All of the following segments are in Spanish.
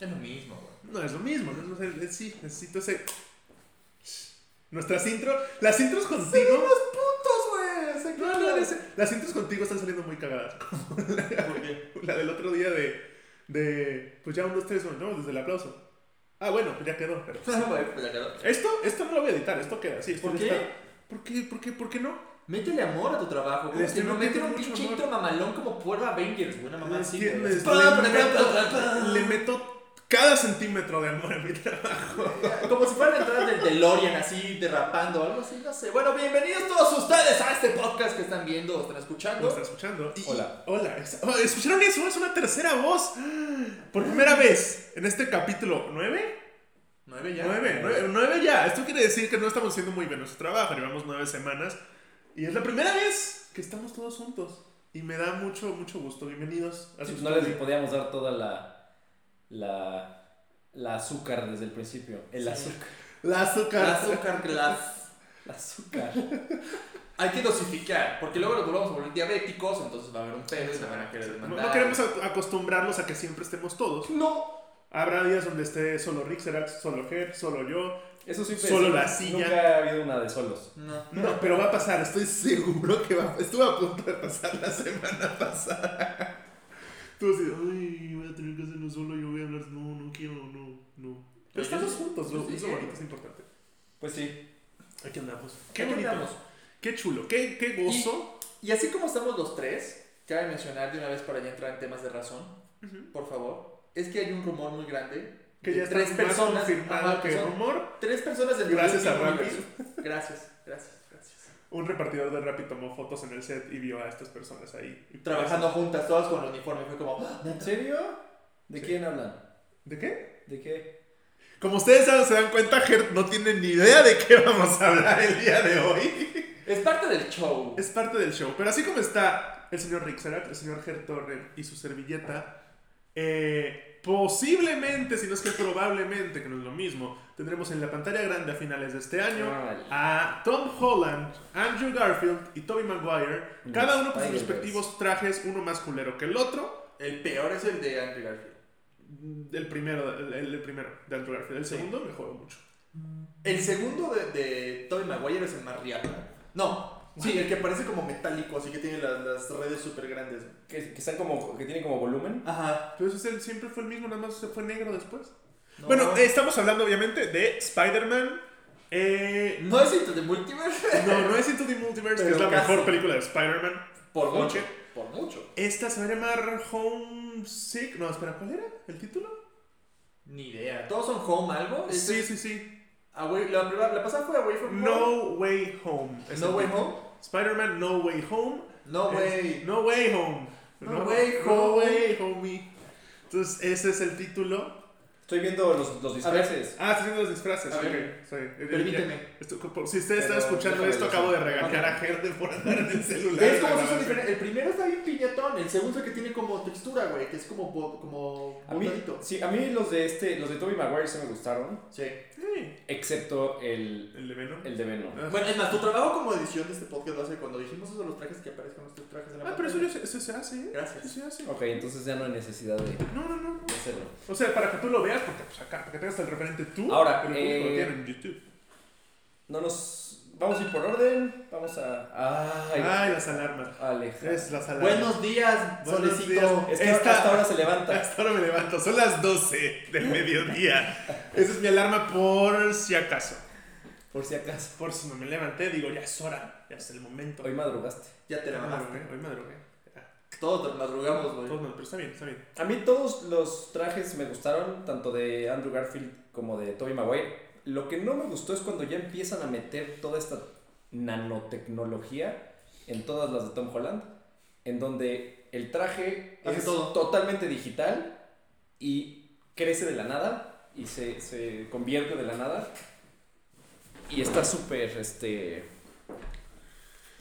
Es lo mismo, güey. No es lo mismo, no es, no es- es- sí, necesito ese. Nuestras intros, las intros contigo. puntos, güey! O sea, No, no, ese- las intros contigo están saliendo muy cagadas. ¿Por qué? La del otro día de. de pues ya un, dos, tres, no, desde el aplauso. Ah, bueno, pues ya quedó. pero- Güey, pues, ya quedó. Esto, esto no lo voy a editar, esto queda así. esto ¿Por ya qué? está. ¿Por qué? ¿Por qué? ¿Por qué no? Métele amor a tu trabajo, Le güey. estoy Si no metiendo meten un mucho pinche amor. intro mamalón como Puebla Avengers, güey. Una mamá así, güey. ¿Entiendes? Pa, Le pa, pa, pa, meto- pa. Le meto cada centímetro de amor a mi trabajo. Como si fueran entradas del DeLorean así, derrapando o algo así, no sé. Bueno, bienvenidos todos ustedes a este podcast que están viendo o están Lo escuchando. está escuchando. Y- Hola. Hola. es- oh, ¿Escucharon eso? Es una tercera voz. Por primera vez en este capítulo 9. Nueve ya. 9, 9, ya. Esto quiere decir que no estamos haciendo muy bien nuestro trabajo. Llevamos 9 semanas. Y es la primera vez que estamos todos juntos. Y me da mucho, mucho gusto. Bienvenidos a Sí, sus no les podíamos dar toda la, la, la azúcar desde el principio. El Sí. azúcar. La azúcar. La azúcar glass. La azúcar. Hay que dosificar, porque luego nos volvamos a volver diabéticos, entonces va a haber un pedo y se van a querer No, demandar. no queremos ac- acostumbrarlos a que siempre estemos todos. No. Habrá días donde esté solo Rick, Serax, solo Ger, solo yo. Eso sí Solo la silla. Nunca ha habido una de solos. No. No, pero va a pasar, estoy seguro que va a Estuve a punto de pasar la semana pasada. Tú así, ay, voy a tener que hacerlo solo, yo voy a hablar. No, no quiero, no, no. Pero estamos juntos, ¿no? Sí. eso bonito, es importante. Pues sí. Aquí andamos. Qué Aquí bonito. andamos. Qué chulo, qué, qué gozo. Y así como estamos los tres, cabe mencionar de una vez para ya entrar en temas de razón, por favor, es que hay un rumor muy grande Que de ya está tres más personas, confirmado ajá, que son rumor. tres personas dentro Gracias del a mismo Rappi. universo. Gracias, gracias, gracias. Un repartidor de Rappi tomó fotos en el set y vio a estas personas ahí. Y Trabajando juntas, todas con el uniforme, fue como, ¡Ah! ¿En serio? ¿De Sí. quién hablan? ¿De qué? ¿De qué? Como ustedes ya se dan cuenta, Ger no tiene ni idea de qué vamos a hablar el día de hoy. es parte del show. Es parte del show. Pero así como está el señor Rick Serac, el señor Ger Torren y su servilleta, eh, posiblemente, si no es que probablemente, que no es lo mismo, tendremos en la pantalla grande a finales de este Ah. año Ay. a Tom Holland, Andrew Garfield y Tobey Maguire, Los cada uno con sus Spider-Verse. respectivos trajes, uno más culero que el otro. Mm, El peor es el de Andrew Garfield. El primero, el, el primero de Andrew Garfield. El Sí. segundo me jodó mucho. El segundo de, de Tobey Maguire es el más riata. No, sí, el que parece como metálico, así que tiene las, las redes súper grandes. Que, que están como, que tienen como volumen. Ajá. Entonces él siempre fue el mismo, nada más se fue negro después. No. Bueno, estamos hablando obviamente de Spider-Man. Eh, no es el de Multiverse. No, no es Into the Multiverse, que Pero es la casi. mejor película de Spider-Man. Por Ok. mucho. Por mucho. Esta se va a llamar Homesick. No, espera, ¿cuál era el título? Ni idea. ¿Todos son home algo? Este Sí, es sí, sí. Away- la, primera- la pasada fue Away from Home. No Way Home. es No el Way título. Home. Spider-Man No Way Home. No Es- Way. No Way Home. No Way No Home. Way Homie. Entonces, ese es el título. Estoy viendo los, los A ver. disfraces. Ah, estoy haciendo los disfraces. A ok, ver. sí. Permíteme. Esto- por- si usted está Pero escuchando déjame esto, ver. acabo de regañar a Ok. Gerde por andar en el celular. ¿Ves cómo se usa diferente? El primero está bien piñatón. El segundo es el que tiene como textura, güey. Que es como. bo- como A mí, bordadito. sí, a mí los de este, los de Toby Maguire sí me gustaron. Sí. Sí, Excepto el, el de Venom. el de Venom. Ah. Bueno, es más, tu trabajo como edición de este podcast va a ser cuando dijimos eso de los trajes que aparezcan estos trajes en la Ah, pero eso pantalla. ya se, eso se hace, ¿eh? Gracias. Eso se hace. Ok, entonces ya no hay necesidad de No, no, no. de hacerlo. O sea, para que tú lo veas, porque pues acá, para que tengas el referente tú, Ahora, pero el público lo eh, tiene en YouTube. No nos. Vamos a ir por orden. Vamos a. Ay, Ay, las alarmas. Alejandro. Ah, Es las alarmas. Buenos días, Buenos solecito. días. Es que Esta- hasta ahora se levanta. Hasta ahora me levanto, son las 12 del mediodía. Esa es mi alarma por si acaso. Por si acaso. Por si no me levanté, digo, ya es hora, ya es el momento. Hoy madrugaste. Ya te Hoy la mamaste. madrugué, hoy madrugué. Todos nos madrugamos, güey. Todos mal, pero está bien, está bien. A mí todos los trajes me gustaron, tanto de Andrew Garfield como de Tobey Maguire. Lo que no me gustó es cuando ya empiezan a meter toda esta nanotecnología en todas las de Tom Holland, en donde el traje Hace es todo. totalmente digital y crece de la nada y se, se convierte de la nada y está súper, este,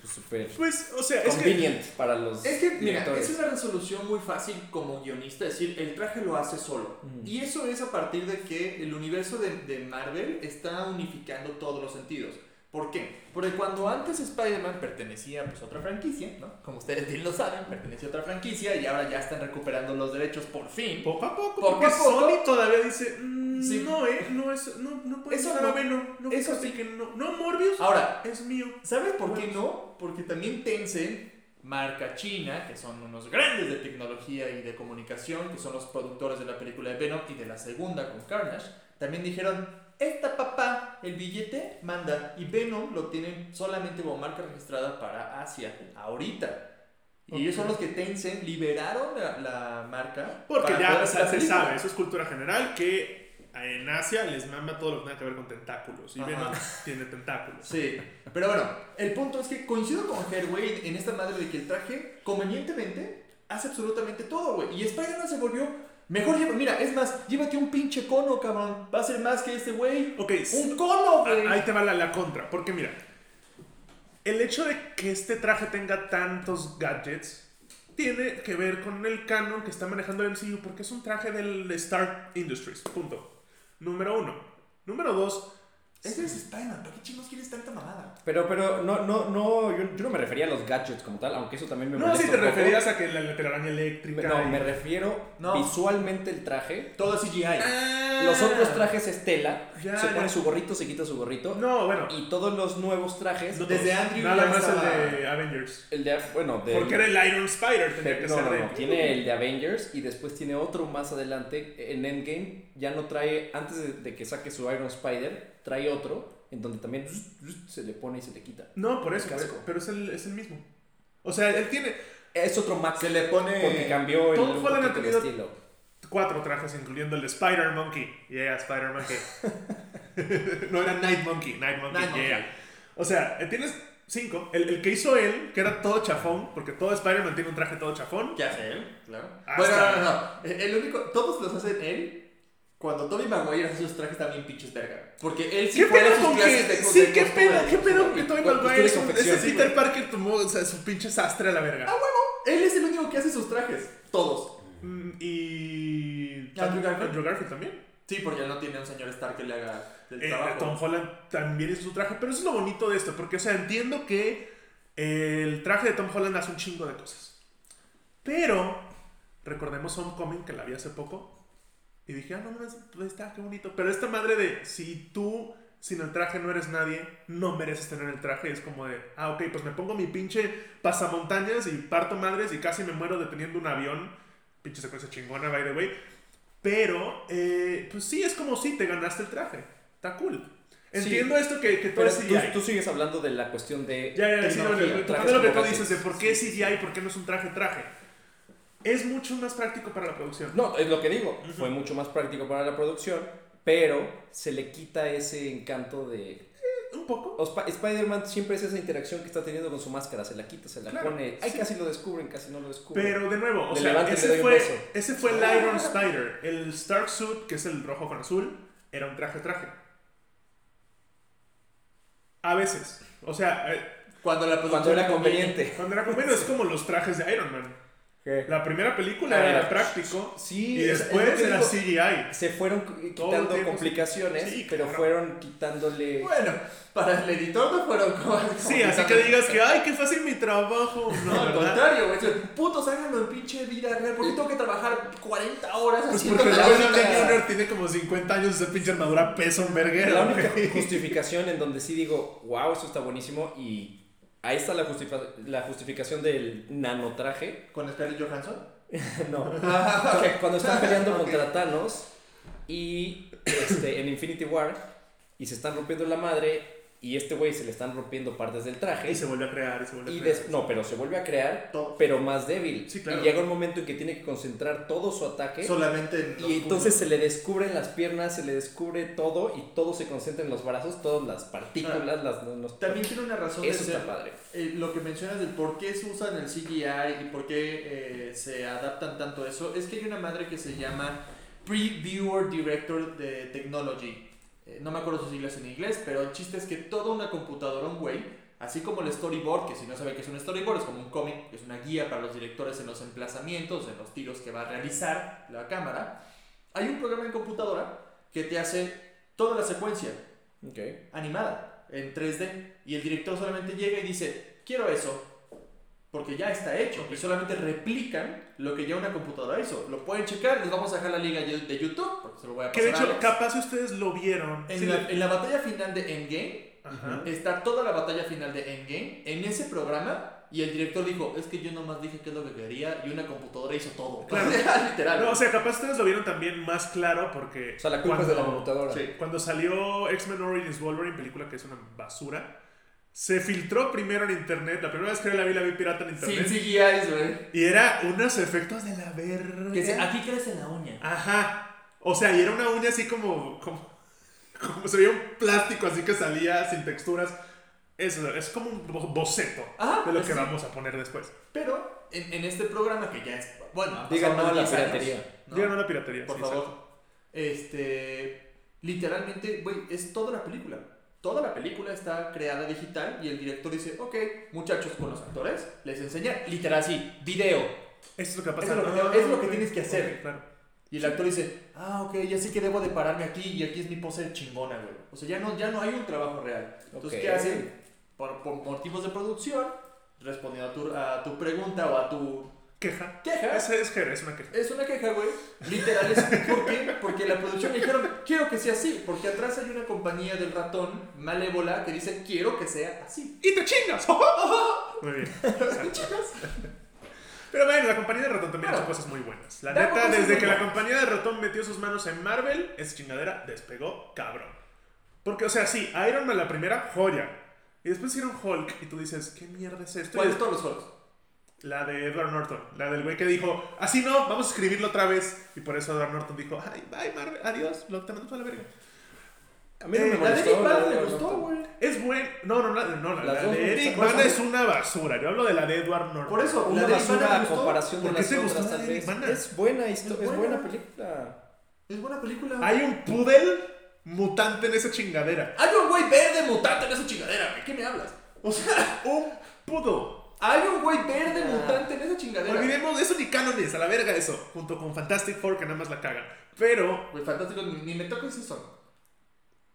súper Pues, o sea, es que. convenient para los Es que, mira, directores. es una resolución muy fácil como guionista, es decir, el traje lo hace solo. Ujú. Y eso es a partir de que el universo de, de Marvel está unificando todos los sentidos. ¿Por qué? Porque cuando antes Spider-Man pertenecía pues, a otra franquicia, ¿no? Como ustedes bien lo saben, pertenecía a otra franquicia y ahora ya están recuperando los derechos por fin. Poco a poco, Poco porque a poco. Sony todavía dice, mm, Sí. no, eh, no es, no, no puede Eso ser no, noveno, no, eso fíjate que no, no Morbius, Ahora, es mío. ¿sabes por qué no? Porque también Tencent, marca china, que son unos grandes de tecnología y de comunicación, que son los productores de la película de Venom y de la segunda con Carnage, también dijeron, esta papá, el billete manda y Venom lo tienen solamente como marca registrada para Asia, ahorita. Y ellos son los que Tencent liberaron la, la marca. Porque para ya poder o hacer sea, la se película. sabe, eso es cultura general, que en Asia les mama todo lo que tenga que ver con tentáculos. Y Ajá. Venom tiene tentáculos. Sí, pero bueno, el punto es que coincido con Her, güey, en- en esta madre de que el traje, convenientemente, hace absolutamente todo, güey. Y Spider-Man se volvió. Mejor lleva- mira, es más, llévate un pinche cono, cabrón. Va a ser más que este güey. Ok, ¡Un cono, güey! Ah, Ahí te va la, la contra, porque mira, el hecho de que este traje tenga tantos gadgets tiene que ver con el canon que está manejando el MCU, porque es un traje del Star Industries, punto. Número uno. Número dos, Ese es Spider-Man, ¿para qué chingos quieres tanta mamada? Pero, pero, no, no, no, yo, yo no me refería a los gadgets como tal, aunque eso también me no molesta si te un poco. referías a que la, la telaraña eléctrica... No, y- me refiero No. visualmente el traje. Todo es CGI. Ah, Los otros trajes es tela, Ya, se pone ya. su gorrito, se quita su gorrito. No, bueno, Y todos los nuevos trajes, no desde todos. Andrew Nada ya más estaba- el de Avengers. el de, bueno, de... Porque era el Iron Spider, tenía que no, ser no, de... no, tiene el de Avengers y después tiene otro más adelante en Endgame. Ya no trae, antes de, de que saque su Iron Spider, trae otro en donde también se le pone y se le quita. No, por eso, El casco. pero es el, es el mismo. O sea, él tiene Es otro Matt Se le pone. porque cambió el, Tom un Holland ha poquito el tenido- estilo. cuatro trajes, incluyendo el de Spider Monkey. Yeah, Spider Monkey. no era Night Monkey, Night Monkey, Night yeah. O sea, eh, tienes cinco. El, el que hizo él, que era todo chafón, porque todo Spider-Man tiene un traje todo chafón. ¿Qué hace él? Claro. Ah, bueno, está no, no, no. El el único. Todos los hacen él. Cuando Toby Maguire hace sus trajes también pinches verga. Porque él sí ¿Qué fue a pedo sus con clases que.? de Sí, de qué costura, pedo, qué de pedo que costura. Tobey Pues, pues, Maguire tú es un- eres ese confección, Peter Parker tomó, o sea, es un pinche sastre a la verga. Él es el único que hace sus trajes. Todos. Mm, Y. Andrew Garfield. Andrew Garfield también. Sí, porque él no tiene un señor Stark que le haga el Eh, trabajo. Tom Holland también hizo su traje, pero eso es lo bonito de esto, porque, o sea, entiendo que el traje de Tom Holland hace un chingo de cosas. Pero, recordemos Homecoming, que la vi hace poco, y dije, ah, no, mames, pues está, qué bonito. Pero esta madre de, si tú sin el traje no eres nadie, no mereces tener el traje, es como de, ah, ok, pues me pongo mi pinche pasamontañas y parto madres y casi me muero deteniendo un avión. Pinche secuencia chingona, by the way. Pero, eh, pues sí, es como si te ganaste el traje. Está cool. Entiendo esto que, que todo Pero es tú, CGI. tú sigues hablando de la cuestión de. Ya, ya, sí, no, tecnología, no, trajes tocando lo que tú como dices de gadgets. por qué es CGI y por qué no es un traje-traje. Es mucho más práctico para la producción. No, es lo que digo. Fue mucho más práctico para la producción, pero se le quita ese encanto de. Un poco. o Sp- Spider-Man siempre es esa interacción que está teniendo con su máscara. Se la quita, se la Claro, pone. Ay, sí. casi lo descubren, casi no lo descubren. Pero de nuevo, o Me sea, levanto y le doy ese un fue, beso. ese fue el Iron Spider. El Stark Suit, que es el rojo con azul, era un traje-traje. A veces. O sea, eh, Cuando la Cuando producción era conveniente. cuando era conveniente es como los trajes de Iron Man. La primera película Ah, era era- práctico Sí, y es- es lo después que era digo. CGI. Se fueron cu- Todo el quitando tiempo, complicaciones, sí, pero claro. fueron quitándole. Bueno, para el editor no fueron como. Sí, así que digas que, ay, qué fácil mi trabajo. No, No, al ¿verdad? contrario, güey. Es, Putos, háganlo en pinche vida real. ¿Por qué tengo que trabajar 40 horas Pues haciendo porque el la güey de única- Blade Runner tiene como 50 años esa pinche armadura pesa un verguero. La única güey. justificación en donde sí digo, wow, eso está buenísimo. Y ahí está la, justifa- la justificación del nanotraje. ¿Con Scarlett Johansson? No. Cu- Cuando están peleando contra Thanos y este, en Infinity War y se están rompiendo la madre y este güey se le están rompiendo partes del traje Y se vuelve a crear, y se vuelve y a crear. des- no, pero se vuelve a crear, Todo. pero más débil. Sí, claro. Y llega un momento en que tiene que concentrar todo su ataque Solamente en los y entonces se le descubren las piernas, se le descubre todo y todo se concentra en los brazos, todas las partículas, las los- puntos. Ah, También tiene una razón de eso ser. está padre. eh, lo que mencionas del por qué se usan el CGI y por qué eh, se adaptan tanto a eso, es que hay una madre que se llama Pre-Viewer Director de Technology. Eh, no me acuerdo sus siglas en inglés, pero el chiste es que toda una computadora, un güey, así como el storyboard, que si no sabe qué es un storyboard, es como un cómic, que es una guía para los directores en los emplazamientos, en los tiros que va a realizar la cámara. Hay un programa en computadora que te hace toda la secuencia Ok. animada. en 3D y el director solamente llega y dice, quiero eso, porque ya está hecho. Y solamente replican lo que ya una computadora hizo. Lo pueden checar, les vamos a dejar la liga de YouTube, porque se lo voy a Que pasar de a hecho, Alex. capaz ustedes lo vieron. en, Sí, la, le- en la batalla final de Endgame, Ajá. está toda la batalla final de Endgame en ese programa. Y el director dijo, es que yo nomás dije qué es lo que quería y una computadora hizo todo. Claro. Literal. No, o sea, capaz ustedes lo vieron también más claro porque. O sea, la culpa es de la computadora. Sí, cuando salió X-Men Origins Wolverine, película que es una basura, se filtró primero en internet. La primera vez que yo la vi, la vi pirata en Sin internet. CGIs, güey. Y era unos efectos de la verga. Que se- aquí crece la uña. Ajá. O sea, y era una uña así como. como, como se veía un plástico así que salía sin texturas. Eso, es como un bo- boceto Ajá, de lo pues que sí. vamos a poner después. Pero en, en este programa que ya es. Bueno, han pasado Digan no más a la 10 años, piratería. ¿no? Digan no a la piratería. Por sí, favor. exacto. Este. Literalmente, güey, es toda la película. Toda la película está creada digital y el director dice: Ok, muchachos, con los actores les enseña literal así, video. Eso es lo que va a Es lo pasar. que- Ah, es lo que ok, tienes que ok, hacer. claro. Y el actor dice: Ah, ok, ya sé que debo de pararme aquí y aquí es mi pose chingona, güey. O sea, ya no, ya no hay un trabajo real. Entonces, Ok. ¿qué hacen? Por, por motivos de producción, respondiendo a tu, a tu pregunta o a tu Queja. queja, Esa es, queja, es una queja. Es una queja, güey. Literal es. ¿Por qué? Porque la producción le dijeron, quiero que sea así. Porque atrás hay una compañía del ratón malévola que dice, quiero que sea así. ¡Y te chingas! Muy bien. Chicas, Pero bueno, la compañía de ratón también ha hecho Claro. cosas muy buenas. La Claro, neta, cosas desde muy que la buenas. compañía de ratón metió sus manos en Marvel, esa chingadera despegó cabrón. Porque, o sea, sí, Iron Man la primera, joya. Y después hicieron Hulk y tú dices, ¿qué mierda es esto? Y ¿Cuáles después- todos los juegos? La de Edward Norton, la del güey que dijo, así no, vamos a escribirlo otra vez. Y por eso Edward Norton dijo, ay, bye Marvel, adiós, lo tenemos a la verga. A mí no me Eh, La de Big molestó. Bang la me verdad, gustó, no. güey. Es buen... No, no, no, no, la, Las la dos de me Eric gustan. Bana es una basura. Yo hablo de la de Edward Norton. Por eso, Una la de Big Bang basura me a gustó. comparación de ¿Por qué las te gustó otras, la tal de vez. Ivana? Es buena, histo- Es es buena. buena película. Es buena película. Hay, Hay un poodle mutante en esa chingadera. un güey verde mutante en esa chingadera, güey. ¿Qué me hablas? O sea, Un poodle. hay un güey verde Ah. mutante en esa chingadera. Olvidemos de eso ni cánones, a la verga eso. Junto con Fantastic Four que nada más la cagan. Pero, Güey, fantástico, ni, ni me toques eso.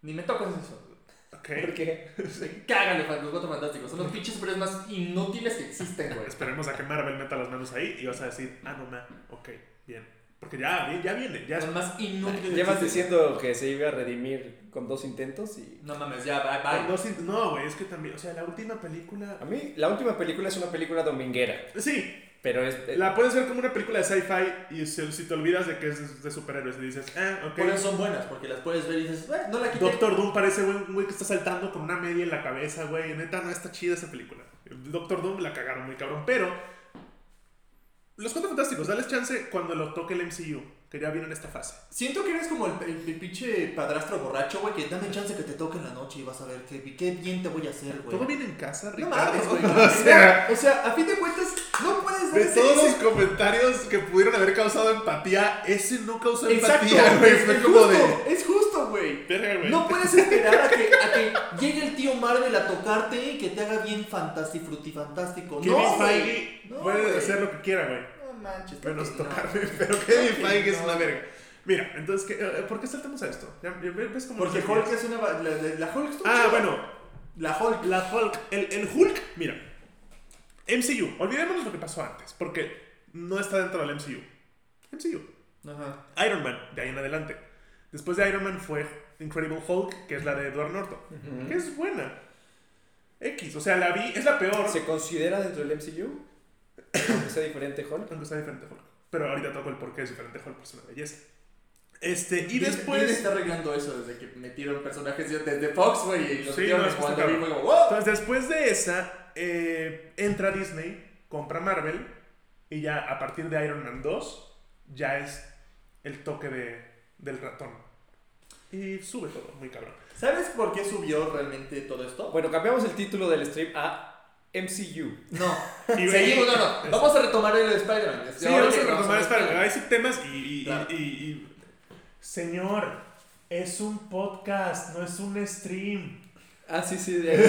Ni me toques eso. ok. Porque Se cagan los fan- los cuatro fantásticos. Son los pinches superhéroes más inútiles que existen, güey. Esperemos a que Marvel meta las manos ahí y vas a decir, ah, no, ma, ok, bien. Porque ya, ya viene, ya es Son más inútiles que llevas existen. diciendo que se iba a redimir con dos intentos y... No mames, ya, bye, Ay, bye. No, sí, no, güey, es que también, o sea, la última película... A mí, la última película es una película dominguera, Sí, pero es... Eh, la puedes ver como una película de sci-fi y se- si te olvidas de que es de superhéroes y dices, ah, Por eso ok. son buenas, porque las puedes ver y dices, "Eh, no la quité. Doctor Doom parece un güey que está saltando con una media en la cabeza, güey. Neta, no está chida esa película. Doctor Doom la cagaron muy cabrón, pero... Los Cuatro Fantásticos, dales chance cuando lo toque el MCU, que ya viene en esta fase. Siento que eres como el, el- el pinche padrastro borracho, güey, que dame chance que te toque en la noche y vas a ver qué, qué bien te voy a hacer, güey. ¿Todo viene en casa, No Ricardo? mames, güey. o sea... o sea, a fin de cuentas, no puedes dar De ese- todos los ese- comentarios que pudieron haber causado empatía, ese no causó Exacto, empatía, güey. es, Fue es como justo, de. es justo, güey. Verga, güey. No puedes esperar a que, a que llegue el tío Marvel a tocarte y que te haga bien fantástico, frutifantástico. Kevin No, güey. Feige No, puede güey. hacer lo que quiera, güey. No manches, Menos no. tocarme, pero Kevin No, Feige es no. una verga. Mira, entonces, ¿qué- eh, ¿por qué saltamos a esto? Ya- ya ves como Porque nos Hulk desvías. es una. va- La, la- la Hulk estuvo Ah, chida. bueno, La Hulk. la Hulk. El, el Hulk, mira. MCU, olvidémonos lo que pasó antes, porque no está dentro del MCU. MCU. Ajá. Iron Man, de ahí en adelante. Después de Iron Man fue Incredible Hulk, que es la de Edward Norton, que es buena. X, o sea, la vi, es la peor, ¿Se considera dentro del MCU? Aunque sea diferente Hulk. aunque está diferente Hulk. Pero ahorita toco el por qué es diferente Hulk, porque es una belleza. Este, y Disney- Disney después... está arreglando eso desde que metieron personajes de- desde Fox, güey, y los Sí, metieron no, en es justo, WandaVision, cabrón. güey, ¡wow! Entonces, después de esa, eh, entra Disney, compra Marvel, y ya a partir de Iron Man 2, ya es el toque de, del ratón. Y sube todo, muy cabrón. ¿Sabes por qué subió realmente todo esto? Bueno, cambiamos el título del stream a MCU. No. Y- Seguimos, no, no. Vamos a retomar el Spider-Man. Sí, vamos a Ahora llegamos retomar a Spider-Man. Hay subtemas y, y- y- Claro. y- y- Señor, es un podcast, no es un stream. Ah, sí, sí, de- de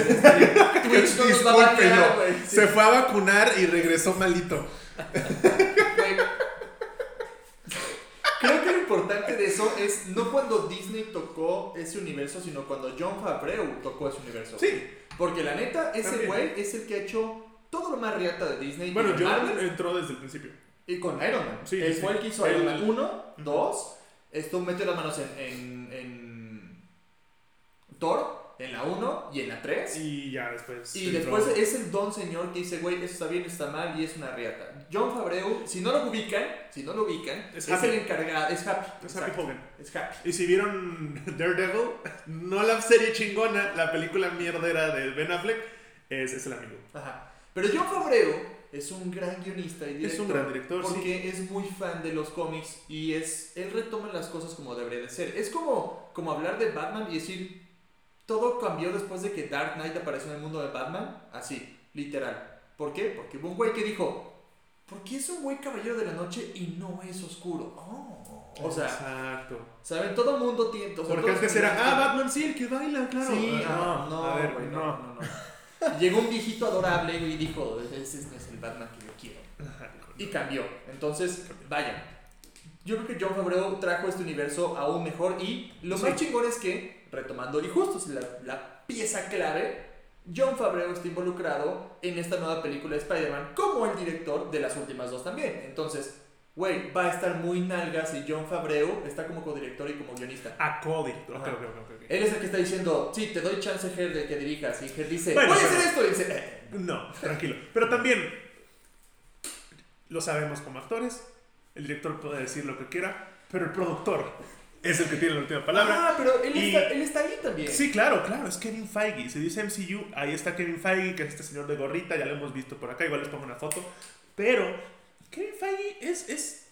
stream. Twitch no nos va a banear, güey. Sí, Se fue a vacunar y regresó malito. güey. Creo que lo importante de eso es no cuando Disney tocó ese universo, sino cuando John Favreau tocó ese universo. Sí, Porque la neta, ese También. güey es el que ha hecho todo lo más riata de Disney. y bueno, de Marvel. John entró desde el principio. Y con Iron Man. Sí, Él sí, fue sí. el que hizo El- Iron Man 1, 2. Esto mete las manos en, en, en Thor, en la 1 y en la 3. Y ya después. Y entró- después es el don señor que dice, güey, eso está bien, está mal y es una riata. John Fabreu, si no lo ubican, si no lo ubican, Es es, Happy. el encargado, es Happy. Es Happy exacto, Hogan. Es Happy. Y si vieron Daredevil, no la serie chingona, la película mierdera de Ben Affleck, es, es el amigo. Ajá. Pero John Fabreu es un gran guionista y director. Es un gran director, sí. Porque es muy fan de los cómics y es él retoma las cosas como debería de ser. Es como, como hablar de Batman y decir, todo cambió después de que Dark Knight apareció en el mundo de Batman. Así, literal. ¿Por qué? Porque hubo un güey que dijo, ¿por qué es un güey caballero de la noche y no es oscuro? Oh, o sea, Exacto. ¿saben? Todo mundo tiene... o sea, Porque todos antes era, tienen- ah, Batman sí, el que baila, claro. Sí, Ah, ah, no, a ver, güey, no, no. no, no. Llegó un viejito adorable y dijo, ese no es el Batman que yo quiero. Y cambió. Entonces, vaya. Yo creo que John Favreau trajo este universo aún mejor y lo Sí. más chingón es que, retomando, y justo es la, la pieza clave, John Favreau está involucrado en esta nueva película de Spider-Man como el director de las últimas dos también. Entonces, güey, va a estar muy nalgas y John Favreau está como codirector y como guionista. A Cody. Ok, Ajá. ok, ok, Eh, ok. Él es el que está diciendo, sí, te doy chance, Ger, de que dirijas. Y Ger dice, Bueno, voy a pero- hacer esto. Y dice, "Eh". No, tranquilo. Pero también, lo sabemos como actores, el director puede decir lo que quiera, pero el productor es el que tiene la última palabra. ah, pero él, Y- está, él está ahí también. Sí, claro, claro, es Kevin Feige. Si dice MCU, ahí está Kevin Feige, que es este señor de gorrita, ya lo hemos visto por acá, igual les pongo una foto. Pero Kevin Feige es, es,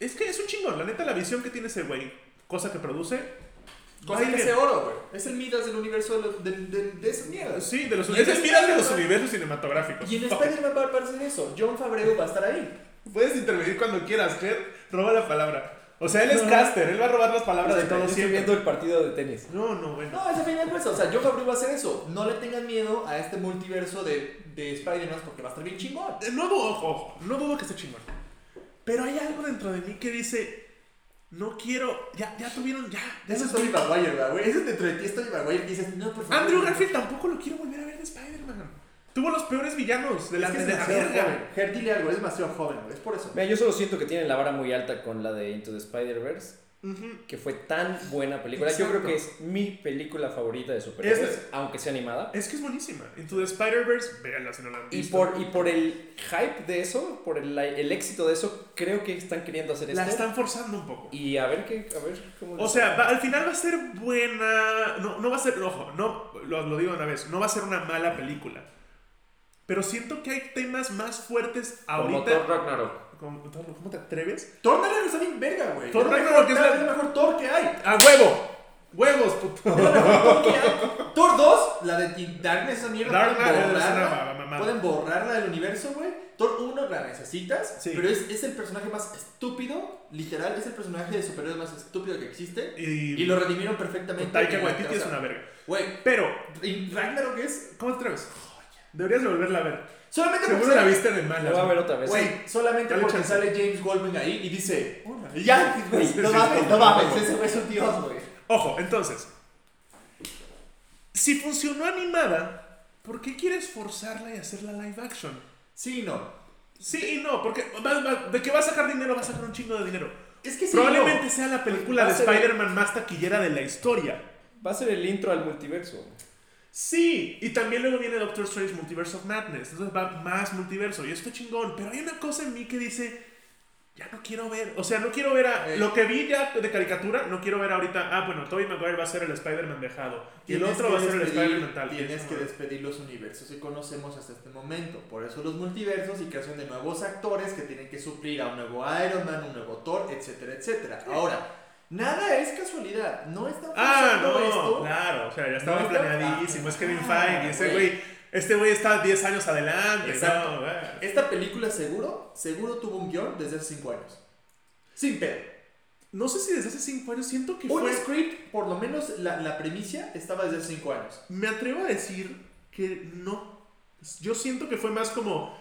es que es un chingón, la neta, la visión que tiene ese güey, cosa que produce. va a Cosa ir que bien. ese oro, güey. Es el Midas del universo de, los- de, de- de esas mierdas. Sí, de los, Y en es, mira de los Spider-Man- universos cinematográficos. Y en este Fuck. Spider-Man va a aparecer eso. John Favreau va a estar ahí. Puedes intervenir cuando quieras, Ger. Roba la palabra. O sea, él es caster, él va a robar las palabras de Yo todos estoy siempre. viendo el partido de tenis. No, no, bueno. No, es a final de cuentas. O sea, John Favreau va a hacer eso. No le tengan miedo a este multiverso de, de Spider-Man porque va a estar bien chingón. Eh, No dudo, ojo, ojo, no dudo que esté chingón. Pero hay algo dentro de mí que dice, no quiero, ya, ya tuvieron, ya, ya Eso se es Tobey Maguire, ¿verdad, güey. Eso es dentro de ti, es Tobey Maguire. que dices, no, por favor. Andrew no". Garfield tampoco lo quiero volver a ver de Spider-Man. Tuvo los peores villanos de la, Es que es de la demasiado verga. joven. Ger, dile algo. Es demasiado joven, güey. Es por eso. Mira, yo solo siento que tienen la vara muy alta con la de Into the Spider-Verse, Ujú. que fue tan buena película. Yo creo que es mi película favorita de superhéroes, Es- aunque sea animada. Es que es buenísima. Into the Spider-Verse, véanla si no la han Y visto. por, y por el hype de eso, por el, el éxito de eso, creo que están queriendo hacer La esto. están forzando un poco. Y a ver qué, a ver cómo O les- sea, va- al final va a ser buena. No, no va a ser. Ojo, no, lo, lo digo de una vez. No va a ser una mala película. Pero siento que hay temas más fuertes como ahorita. Thor Ragnarok. Como- Thor, ¿Cómo te atreves? Thor Ragnarok está bien verga, güey. Thor Es la Ragnarok mejor- es la- es el mejor Thor que hay. ¡A huevo! ¡Huevos, puto! Es la mejor Thor que hay. Thor 2, la de Teen Darkness, esa mierda. Dark pueden Knight es una borrarla. mamá- mamá. Pueden borrarla del universo, güey. Thor 1 la necesitas, Sí. pero es, es el personaje más estúpido, literal, es el personaje de superhéroes más estúpido que existe. Y Y. lo redimieron perfectamente. Taika en la Waititi es casa. una verga. Güey, Pero, y Ragnarok es... ¿cómo te atreves? Deberías de volverla a ver. Ah, Solamente porque Seguro la sale- viste de Lo voy a ver mala. otra vez. Güey, solamente Dale porque chance. sale James Goldman ahí y dice... Hola. "Y Ya, güey, Sí, no sí, mames, sí, no sí, mames, sí. ese güey es un dios, güey. Ojo, entonces. Si funcionó animada, ¿por qué quieres forzarla y hacerla live action? Sí, y no. Sí y no, porque va- va- de que va a sacar dinero, va a sacar un chingo de dinero. Es que sí, y no. Probablemente sea la película Va de a ser- Spider-Man más taquillera de la historia. Va a ser el intro al multiverso. Sí, y también luego viene Doctor Strange Multiverse of Madness, entonces va más multiverso y esto chingón, pero hay una cosa en mí que dice, ya no quiero ver, o sea, no quiero ver a Eh. lo que vi ya de caricatura, no quiero ver ahorita, ah, bueno, Tobey Maguire va a ser el Spider-Man dejado y el Tienes otro que va a ser el despedir- Spider-Man tal. Y es Tienes que como- despedir los universos que conocemos hasta este momento. Por eso los multiversos y creación de nuevos actores que tienen que suplir a un nuevo Iron Man, un nuevo Thor, etcétera, etcétera. Ahora, nada es casualidad. No está Ah, pasando no, esto. claro, o sea, ya estaba No está- planeadísimo, es Kevin Ah, Feige, ese güey. güey, este güey está 10 años adelante, Exacto. no, güey. Esta película seguro, seguro tuvo un guión desde hace 5 años. Sin pedo. No sé si desde hace 5 años siento que Un fue... script, por lo menos la, la premisa, estaba desde hace 5 años. Me atrevo a decir que no. Yo siento que fue más como.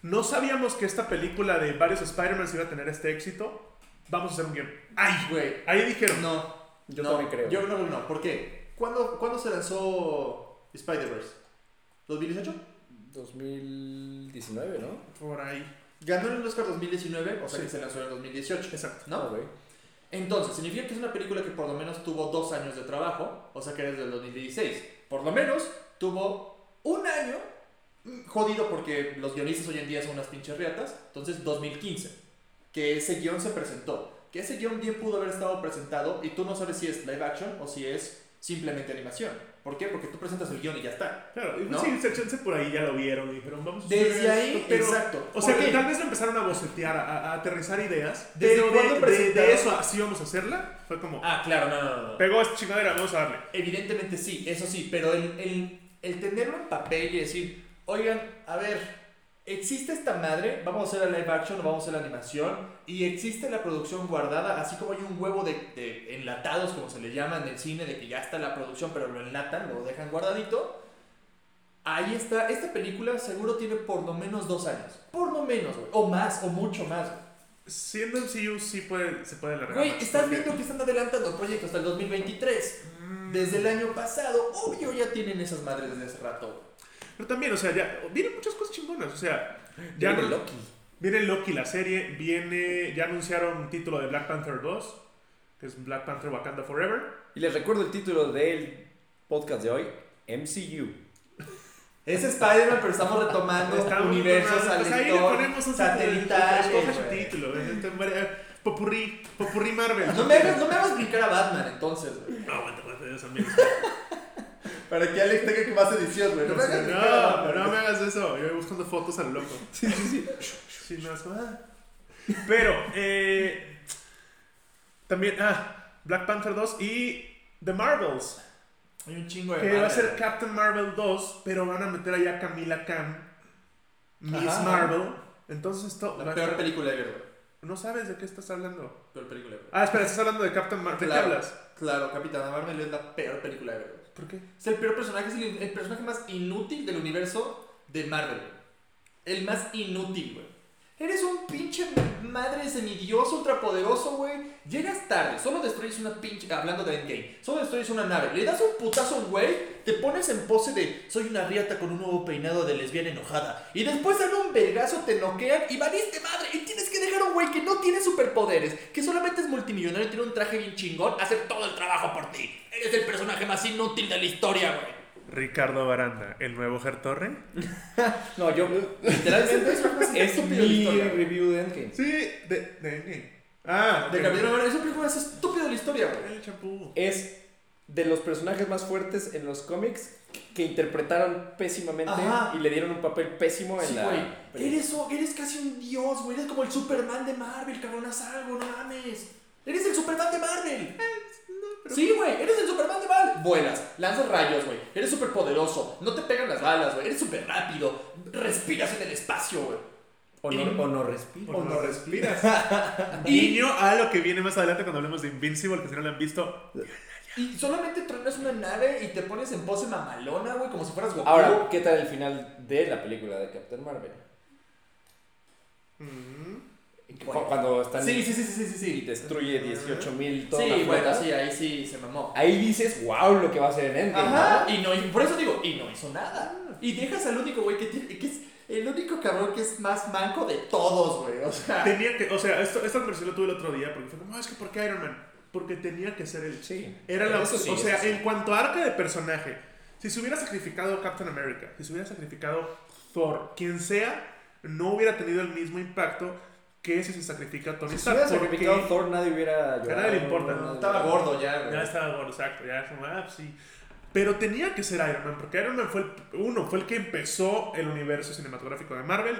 No sabíamos que esta película de varios Spider-Man iba a tener este éxito. Vamos a hacer un game. ¡Ay! Güey, Ahí dijeron. no. Yo no, también creo. Yo creo que no. ¿Por qué? ¿Cuándo, cuándo se lanzó Spider-Verse? ¿2018? 2019, ¿no? Por ahí. Ganó el Oscar 2019, o sea Sí. que se lanzó en 2018. Exacto. ¿No? güey. Entonces, significa que es una película que por lo menos tuvo dos años de trabajo, o sea que desde el 2016. Por lo menos tuvo un año mm, jodido porque los guionistas hoy en día son unas pinches riatas. Entonces, 2015, que ese guión se presentó. Que ese guión bien pudo haber estado presentado y tú no sabes si es live action o si es simplemente animación. ¿Por qué? Porque tú presentas el guión y ya está. Claro, y ¿No? sí, se chance por ahí ya lo vieron y dijeron, vamos a hacer Desde esto, ahí, Pues, pero- exacto. O sea ¿Por que qué? tal vez lo empezaron a bocetear, a, a aterrizar ideas. ¿Desde pero cuándo de, de, presentaron? de eso así vamos a hacerla. Fue como, Ah, claro, no, no, no, no. pegó esta chingadera, vamos a darle. Evidentemente sí, eso sí, pero el, el, el tenerlo en papel y decir, oigan, a ver, existe esta madre, vamos a hacer la live action o vamos a hacer la animación, y existe la producción guardada, así como hay un huevo de, de enlatados, como se le llama en el cine, de que ya está la producción, pero lo enlatan, lo dejan guardadito. Ahí está, esta película seguro tiene por lo menos dos años, por lo menos, güey, o más, o mucho más, güey. Siendo MCU sí puede, se puede alargar. Güey, más, estás porque- Mm. viendo que están adelantando proyectos hasta el 2023. Desde el año pasado, obvio, ya tienen esas madres desde hace rato. Pero también, o sea, ya vienen muchas cosas chingonas. O sea, ya Viene no- Loki. viene Loki la serie, viene, ya anunciaron un título de Black Panther 2, que es Black Panther Wakanda Forever. Y les recuerdo el título del podcast de hoy, MCU. Es Spider-Man, pero estamos retomando Estamos universos tomando- pues ahí le aleatorios, ponemos un satelitales, título, escoge su güey. título. este, varia- Popurrí, popurrí Marvel. No me, hagas, no me hagas brincar a Batman entonces, güey. No, aguanta, aguanta, Dios mío. Para que Alex tenga que más edición, güey. No, No me hagas brincar a no, Batman. me hagas eso. Yo voy buscando fotos al loco. Sí, sí, sí. no, eso, ah. Pero, eh, también, ah, Black Panther 2 y The Marvels. Hay un chingo de Que va a madres, ser güey. Captain Marvel 2, pero van a meter allá a Camila Khan, Miss Ajá. Marvel. Entonces esto va La a peor estar- película ever, güey. No sabes de qué estás hablando. Peor película ever. Ah, espera, estás hablando de Captain Marvel. ¿De qué Claro. hablas? Claro, Capitana Marvel es la peor película ever, güey. ¿Por qué? Es el peor personaje, es el, el personaje más inútil del universo de Marvel. güey. El más inútil, güey. Eres un pinche madre semidioso, ultrapoderoso, güey. Llegas tarde, solo destruyes una pinche. Hablando de Endgame, solo destruyes una nave. Le das un putazo a un güey, te pones en pose de soy una riata con un nuevo peinado de lesbiana enojada. Y después dan un vergazo, te noquean y valiste madre. Y tienes que dejar a un güey que no tiene superpoderes, que solamente es multimillonario y tiene un traje bien chingón, hacer todo el trabajo por ti. Eres el personaje más inútil de la historia, güey. Ricardo Baranda, el nuevo Gertorre. No, yo literalmente es estúpido de la mi historia. review de Endgame. Sí, de, de Endgame. Ah, De ok. Capitán Marvel, es un película más estúpido de la historia, güey. El champú. Es de los personajes más fuertes en los cómics que interpretaron pésimamente Ajá. y le dieron un papel pésimo en Sí, la güey. película. Eres, o- eres casi un dios, güey. Eres como el Superman de Marvel, cabrón. Haz algo, no mames. Eres el Superman de Marvel. Sí, güey. Eres el Superman de Marvel. Vuelas, lanzas rayos, güey. Eres súper poderoso. No te pegan las balas, güey. Eres súper rápido. Respiras en el espacio, güey. O no, o no respira. O no respiras. Niño a lo que viene más adelante cuando hablemos de Invincible, que si no lo han visto. Y solamente tronas una nave y te pones en pose mamalona, güey, como si fueras Goku. Ahora, ¿qué tal el final de la película de Captain Marvel? Mm. Cu- Bueno. Cuando están sí, sí, sí, sí, sí, sí. y destruye 18 mil toda la Sí, flota. bueno, sí, ahí sí se mamó. Ahí dices, wow, lo que va a hacer en Endgame. Ajá, ¿no? y no, y por eso digo, y no hizo nada. Y dejas al único güey que tiene, que es el único cabrón que es más manco de todos, güey. O sea, Tenía que, o sea, esto, esta conversación la tuve el otro día porque fue como, "Ah, es que ¿por qué Iron Man? Porque tenía que ser el Sí. Era la Eso sí, O eso sea, sí. en cuanto a arca de personaje, si se hubiera sacrificado Captain America, si se hubiera sacrificado Thor, quien sea, no hubiera tenido el mismo impacto que si se sacrifica Tony Si se Stark. hubiera Pues porque sacrificado a Thor, nadie hubiera llorado. nadie le importa, no, nadie- estaba gordo ya, Ya güey. estaba gordo, exacto, ya es como, ah, pues sí. Pero tenía que ser Iron Man, porque Iron Man fue el, uno, fue el que empezó el universo cinematográfico de Marvel,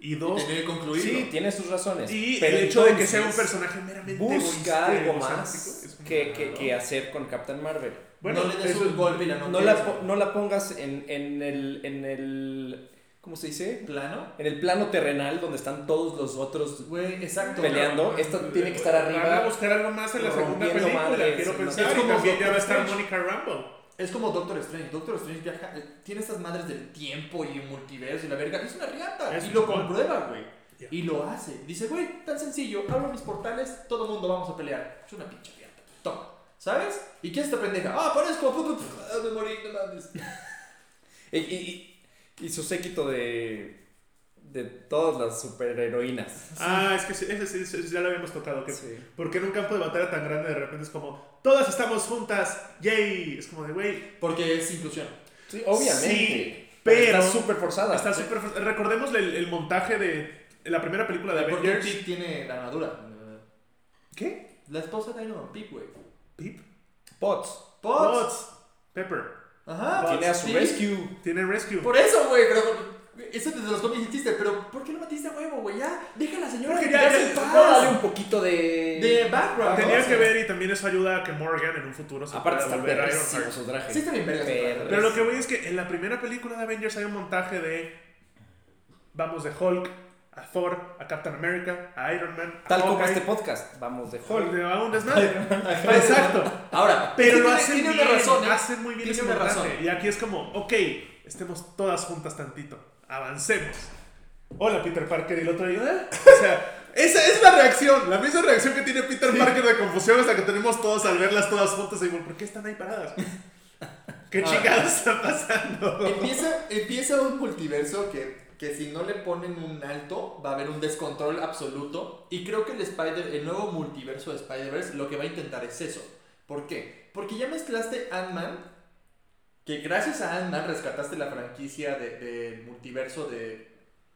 y dos, Tenía que concluirlo. Sí, tiene sus razones. y Eh, pero el hecho de que entonces sea un personaje meramente Busca egoísta, algo egocéntrico, es ah, más un- que, que, que hacer con Captain Marvel. Bueno, no le des eso- un golpe y la No la, noqueas, po- no la pongas en, en, el, en el. ¿Cómo se dice? güey. plano. En el plano Pues, terrenal donde están todos los otros. Güey, exacto. Peleando, esto tiene que estar arriba. Van a buscar algo más en la segunda rompiendo película, madres, quiero ¿no? pensar. Es como y también ya va a Doctor estar Strange. Monica Rambo. Es como Doctor Strange. Doctor Strange viaja, eh, tiene estas madres del tiempo y multiverso y la verga. Es una riata. Es y lo un- comprueba, güey. Ya. Y lo hace. Dice, güey, tan sencillo, abro mis portales, todo mundo vamos a pelear. Es una pinche abierta. Toma. ¿Sabes? ¿Y qué es esta pendeja? Ah, aparezco. pu, pu, pu, ah, me morí, no mames. Y, y- y- y su séquito de. de todas las superheroínas. Ah, es que sí, ese sí, ese ya lo habíamos tocado. Que Sí. Porque en un campo de batalla tan grande de repente es como, todas estamos juntas, yay. Es como de, güey, Porque es inclusión. Sí, obviamente. Sí, pero- Está súper forzada. está súper... Recordemos el, el montaje de la primera película de Porque Avengers. Pip tiene la armadura. ¿Qué? La esposa de Iron Man, Pip, güey. Pip. Pots. Pots. Pots. Pepper. Ajá. Tiene a su Sí. rescue. Tiene Rescue. Por eso, güey, pero. Eso desde los cómics hiciste, pero ¿por qué lo matiste a huevo, güey? Ya, deja a la señora Porque que ya- ya, ya- en No, paz. dale un poquito de. De background. Tenía ¿no? que ver y también eso ayuda a que Morgan en un futuro se Aparte pueda está volver perrísimo Ironheart. su traje. Sí, está bien verga su traje. Perrísimo. Pero lo que voy es que en la primera película de Avengers hay un montaje de. Vamos de Hulk, a Thor, a Captain America, a Iron Man. a Tal como Hawkeye, este podcast. Vamos de Hulk, Hulk. de a un desmadre. Exacto. Ahora, sí Pero lo tiene- hacen tiene bien. una razón. ¿eh? hacen muy bien Tiene ese una montaje. razón. Y aquí es como, ok, estemos todas juntas tantito. Avancemos. Hola, Peter Parker. Y el otro día, "Ah". O sea. Esa es la reacción, la misma reacción que tiene Peter Parker de confusión hasta que tenemos todos al verlas todas juntas y digo, ¿por qué están ahí paradas? ¿Qué Ah. chingados está pasando? Empieza, empieza un multiverso que, que si no le ponen un alto va a haber un descontrol absoluto. Y creo que el, Spider, el nuevo multiverso de Spider-Verse lo que va a intentar es eso. ¿Por qué? Porque ya mezclaste Ant-Man, que gracias a Ant-Man rescataste la franquicia de- del multiverso de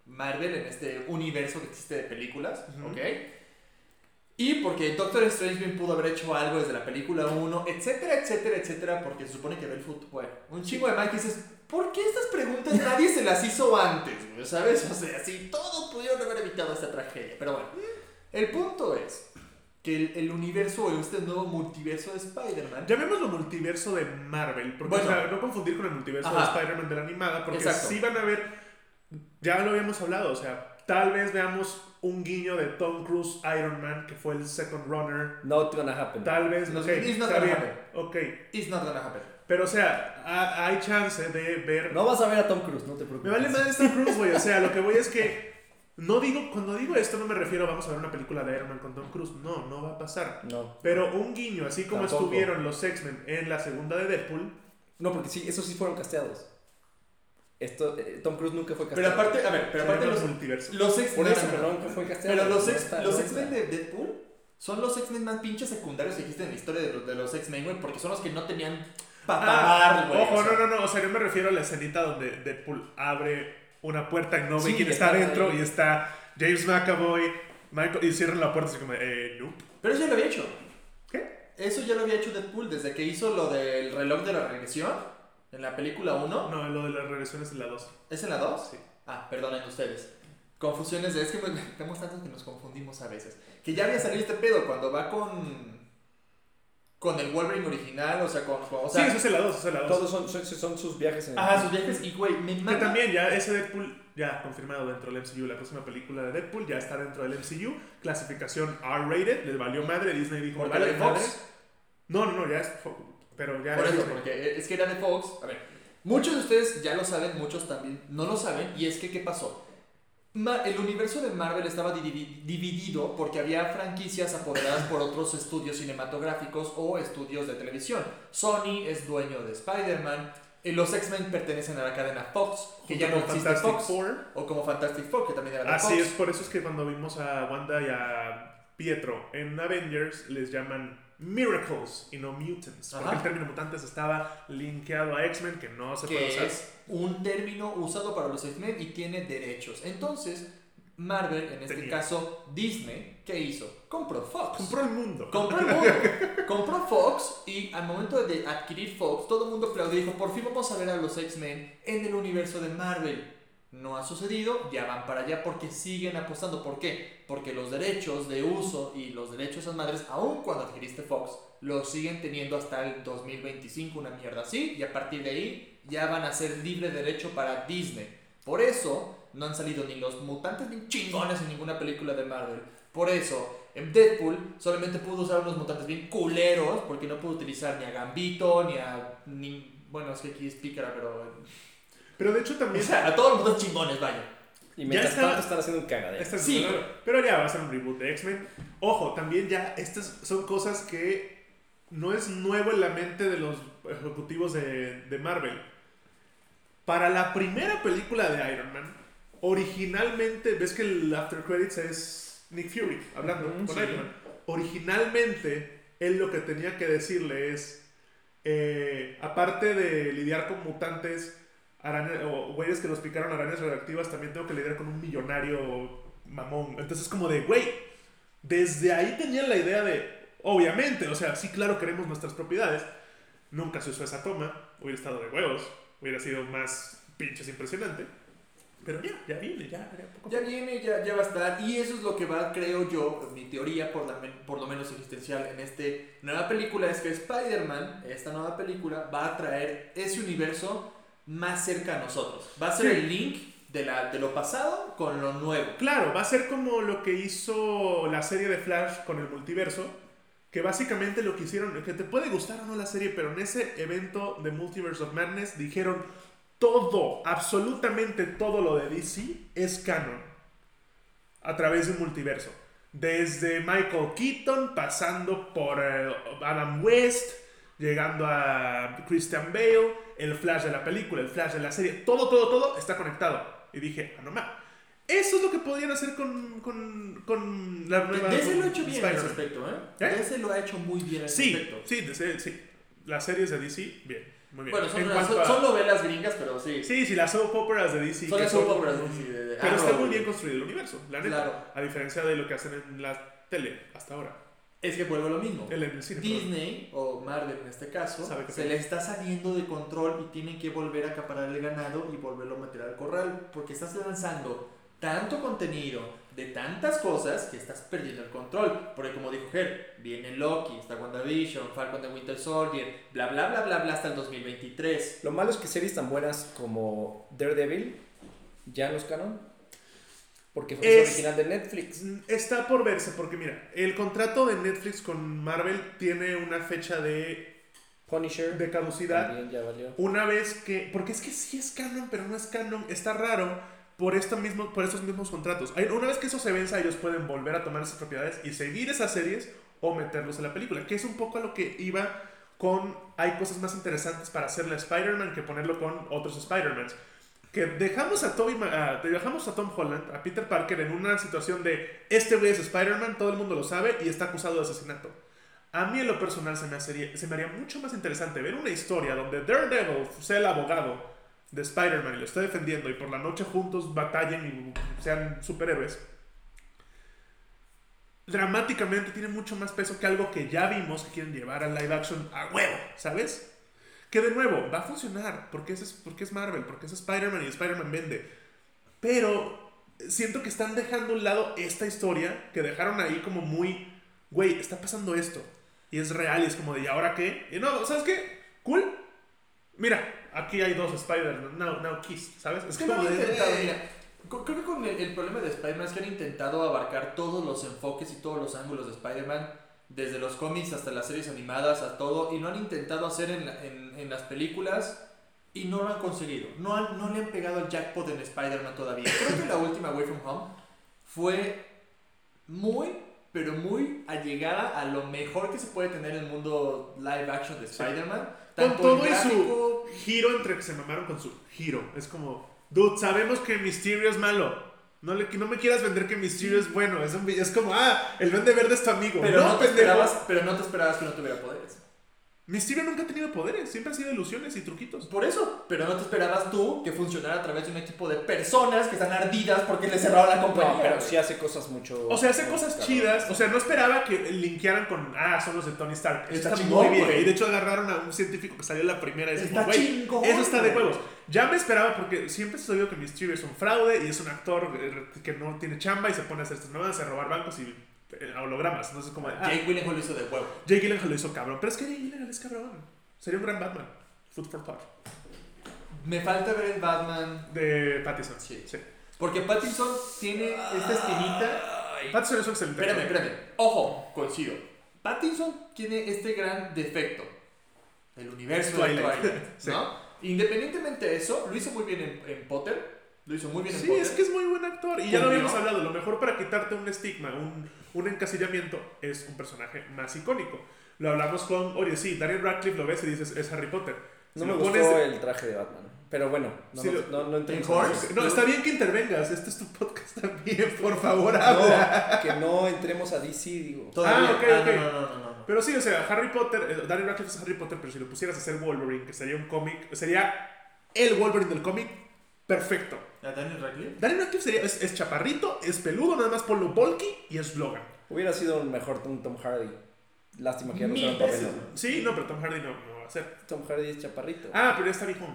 Marvel en este universo que existe de películas, Ujú. ¿ok? Y porque Doctor Strange bien pudo haber hecho algo desde la película 1, etcétera, etcétera, etcétera, porque se supone que ve el futuro. Bueno, un chingo de mal que dices, ¿por qué estas preguntas nadie se las hizo antes, güey? ¿Sabes? O sea, si todos pudieron haber evitado esta tragedia. Pero bueno, el punto es que el, el universo o este nuevo multiverso de Spider-Man. Llamémoslo multiverso de Marvel, porque Bueno. o sea, no confundir con el multiverso Ajá. de Spider-Man de la animada, porque Exacto. sí van a ver, ya lo habíamos hablado, o sea, tal vez veamos un guiño de Tom Cruise Iron Man, que fue el second runner, Not gonna happen. tal vez, No, ok, it's not está gonna bien, happen. ok, It's not gonna happen. pero o sea, ha- hay chance de ver... No vas a ver a Tom Cruise, no te Me preocupes. vale madre Tom Cruise, güey, o sea, lo que voy es que... No digo, cuando digo esto no me refiero vamos a ver una película de Iron Man con Tom Cruise, no, no va a pasar. No. Pero un guiño, así como Tampoco. estuvieron los X-Men en la segunda de Deadpool, No, porque sí, esos sí fueron casteados. Esto, eh, Tom Cruise nunca fue Pero casteado. aparte, a ver, pero aparte llaman los, multiverso. los X-Men. Por eso, pero nunca fue casteado. Pero los, No ex, está- los no X-Men está. de Deadpool son los X-Men más pinches secundarios que existen en la historia de los, de los X-Men, güey, porque son los que no tenían Ah, papá, güey. Ojo, o sea. no, no, no. O sea, yo me refiero a la escenita donde Deadpool abre una puerta y no ve Sí, quién ya está está adentro ahí. y está James McAvoy, Michael, y cierran la puerta así como, eh, nope. Pero eso ya lo había hecho. ¿Qué? Eso ya lo había hecho Deadpool desde que hizo lo del reloj de la regresión en la película 1. No, lo de las regresiones es la 2. ¿Es en la 2? Sí. Ah, perdonen ustedes. Confusiones de. Es que pues, tenemos tantos que nos confundimos a veces. Que ya había salido este pedo cuando va con. Con el Wolverine original, o sea, con. con- o sea, sí, eso es en la 2, eso es en la 2. Todos son, son, son sus viajes en el Ah, Ajá, sus viajes. Y güey, me Que mata. también ya ese Deadpool, ya confirmado dentro del MCU, la próxima película de Deadpool ya está dentro del MCU, clasificación R-rated, les valió madre, Disney dijo, Porque "Vale, era de Fox. madre". No, no, no, ya es Fox, pero ya Por es eso, Disney. porque eh, es que era de Fox. A ver, muchos de ustedes ya lo saben, muchos también no lo saben. Y es que, ¿qué pasó? Ma- el universo de Marvel estaba divi- dividido porque había franquicias apoderadas por otros estudios cinematográficos o estudios de televisión. Sony es dueño de Spider-Man. eh, Los X-Men pertenecen a la cadena Fox, que ya no Junto con existe Fox. Fantastic Four. O como Fantastic Four, que también era de Así Fox. es, por eso es que cuando vimos a Wanda y a Pietro en Avengers les llaman Miracles y no Mutants. Porque Ajá. el término mutantes estaba linkeado a X-Men, que no se puede que usar. es un término usado para los X-Men y tiene derechos. Entonces, Marvel, en este Tenía. caso Disney, ¿qué hizo? Compró Fox. Compró el mundo. Compró el mundo. Compró Fox y al momento de adquirir Fox, todo el mundo aplaudió y dijo, por fin vamos a ver a los X-Men en el universo de Marvel. No ha sucedido, ya van para allá porque siguen apostando. ¿Por qué? Porque los derechos de uso y los derechos a esas madres, aun cuando adquiriste Fox, los siguen teniendo hasta el 2025, una mierda así, y a partir de ahí ya van a ser libre derecho para Disney. Por eso no han salido ni los mutantes ni chingones en ninguna película de Marvel. Por eso, en Deadpool solamente pudo usar unos mutantes bien culeros, porque no pudo utilizar ni a Gambito, ni a... ni- bueno, es que aquí es pícara, pero... Pero de hecho O también, sea, a todos los mutantes chingones, vaya. Y mientras estaba- tanto están haciendo un cagadero. Esta Este es Sí. una- pero ya va a ser un reboot de X-Men. Ojo, también ya estas son cosas que no es nuevo en la mente de los ejecutivos de, de Marvel. Para la primera película de Iron Man, originalmente, ves que el after credits es Nick Fury hablando Ujú, con sí. Iron Man. Originalmente, él lo que tenía que decirle es, eh, aparte de lidiar con mutantes, araña- o güeyes que los picaron arañas radioactivas, también tengo que lidiar con un millonario mamón. Entonces es como de, güey, desde ahí tenían la idea de, obviamente, o sea, sí, claro, queremos nuestras propiedades. Nunca se usó esa toma, hubiera estado de huevos, hubiera sido más pinches impresionante. Pero ya, ya viene, ya, ya poco. Ya viene, ya, ya va a estar. Y eso es lo que va, creo yo, mi teoría, por, la men- por lo menos existencial, en esta nueva película, es que Spider-Man, esta nueva película, va a traer ese universo más cerca a nosotros. Va a ser Sí. el link de, la, de lo pasado con lo nuevo. Claro, va a ser como lo que hizo la serie de Flash con el multiverso, que básicamente lo que hicieron, que te puede gustar o no la serie, pero en ese evento de Multiverse of Madness dijeron todo, absolutamente todo lo de DC es canon a través de un multiverso. Desde Michael Keaton, pasando por eh, Adam West, llegando a Christian Bale, el Flash de la película, el Flash de la serie, todo, todo, todo está conectado. Y dije, ah, no ma. Eso es lo que podían hacer con, con, con la nueva. Desde lo ha con hecho bien en ese Spider-Man. aspecto, ¿eh? ¿Eh? Desde lo ha hecho muy bien en ese Sí, aspecto. sí, desde- sí. Las series de DC, bien, muy bien. Bueno, son, En las- cuanto a- son novelas gringas, pero sí. Sí, sí, las soap operas de DC. son que las soap operas. sí, de- de- Pero ah, está no, muy bien construido el universo, la neta. Claro. A diferencia de lo que hacen en la tele hasta ahora. Es que vuelvo a lo mismo. El, el cine. perdón. Disney, o Marvel en este caso, Sabe que se sí. le está saliendo de control y tienen que volver a acaparar el ganado y volverlo a meter al corral, porque estás lanzando tanto contenido de tantas cosas que estás perdiendo el control. Porque como dijo Ger, viene Loki, está WandaVision, Falcon de Winter Soldier, bla bla bla bla bla hasta el 2023. Lo malo es que series tan buenas como Daredevil ya no es canon. Porque fue Es- original de Netflix. Mm, Está por verse, porque mira, el contrato de Netflix con Marvel tiene una fecha de, Punisher de caducidad. también ya valió. Una vez que. Porque es que sí es canon, pero no es canon. Está raro por, esto mismo, por estos mismos contratos. Hay- Una vez que eso se venza, ellos pueden volver a tomar esas propiedades y seguir esas series o meterlos en la película. Que es un poco a lo que iba con. Hay cosas más interesantes para hacerle a Spider-Man que ponerlo con otros Spider-Mans. Que dejamos a, Tobey Ma- a- dejamos a Tom Holland, a Peter Parker, en una situación de este güey es Spider-Man, todo el mundo lo sabe y está acusado de asesinato. A mí en lo personal se me, hacería- se me haría mucho más interesante ver una historia donde Daredevil sea el abogado de Spider-Man y lo esté defendiendo y por la noche juntos batallen y sean superhéroes. Dramáticamente tiene mucho más peso que algo que ya vimos que quieren llevar al live action a huevo, ¿sabes? Que de nuevo, va a funcionar, porque es, porque es Marvel, porque es Spider-Man y Spider-Man vende. Pero siento que están dejando a un lado esta historia que dejaron ahí como muy, güey, está pasando esto. Y es real y es como de, ¿y ahora qué? Y no, ¿sabes qué? Cool. Mira, aquí hay dos Spider-Man, now, now kiss, ¿sabes? Es que lo han de, intentado, "Eh". mira. co- Creo que con el, el problema de Spider-Man es que han intentado abarcar todos los enfoques y todos los ángulos de Spider-Man, desde los cómics hasta las series animadas, a todo, y lo han intentado hacer en, la- en- en las películas y no lo han conseguido. No, han- no le han pegado al jackpot en Spider-Man todavía. Creo que la última, Way From Home, fue muy, pero muy allegada a lo mejor que se puede tener en el mundo live action de Spider-Man. Con tanto en todo y su- gráfico- giro entre que se mamaron con su giro. Es como, dude, sabemos que Mysterio es malo. No, le, no me quieras vender que Mysterio es bueno. Es, un vi- es como, ah, el duende verde es tu amigo. Pero no, te pendejo. esperabas, pero no te esperabas que no tuviera poderes. Mysterio nunca ha tenido poderes. Siempre ha sido ilusiones y truquitos. Por eso, pero no te esperabas tú que funcionara a través de un equipo de personas que están ardidas porque le cerraron la compañía. No, pero güey. sí hace cosas mucho. O sea, hace muy cosas cabronas. chidas. O sea, no esperaba que linkearan con, ah, son los de Tony Stark. Eso Está Está, chingón, muy bien. güey. Y de hecho agarraron a un científico que salió en la primera. Y es Está como, güey, chingón, Eso está de güey. huevos. Ya me esperaba porque siempre se oído que Mysterio es un fraude y es un actor eh, que no tiene chamba y se pone a hacer estas nuevas, a robar bancos y eh, a hologramas. Entonces, como, de, ah, Jake William lo hizo de huevo. Jake Gyllenhaal lo hizo cabrón. Pero es que Jake Gyllenhaal es cabrón. Sería un gran Batman. Food for Thought. Me falta ver el Batman. De Pattinson. Sí. Sí. Porque Pattinson tiene esta espinita. Pattinson es un excelente. Espérame, actor. espérame. Ojo, coincido. Pattinson tiene este gran defecto. El universo de Twilight. Twilight, Sí. ¿no? Independientemente de eso, lo hizo muy bien en, en Potter. Lo hizo muy bien en Sí, Potter. es que es muy buen actor. Y ya lo Cumplió. habíamos hablado, lo mejor para quitarte un estigma, un, un encasillamiento, es un personaje más icónico. Lo hablamos con, oye, sí, Daniel Radcliffe lo ves y dices, es Harry Potter. Si No me lo gustó pones- el traje de Batman. Pero bueno, no, Sí, no, lo- no, no entremos ¿En en Horse? eso. No, está bien que intervengas, este es tu podcast también, por favor, habla. No, que no entremos a DC, digo. Todavía. Ah, ok, ok. no, no, no, no, no. Pero sí, o sea, Harry Potter, eh, Daniel Radcliffe es Harry Potter, pero si lo pusieras a hacer Wolverine, que sería un cómic, sería el Wolverine del cómic, perfecto. ¿A Daniel Radcliffe? Daniel Radcliffe sería, es, es chaparrito, es peludo, nada más ponlo bulky y es Logan. Hubiera sido un mejor un Tom Hardy. Lástima que ya no Mil sea un papel. veces. Sí, no, pero Tom Hardy no, no va a ser. Tom Hardy es chaparrito. Ah, pero ya está viejo.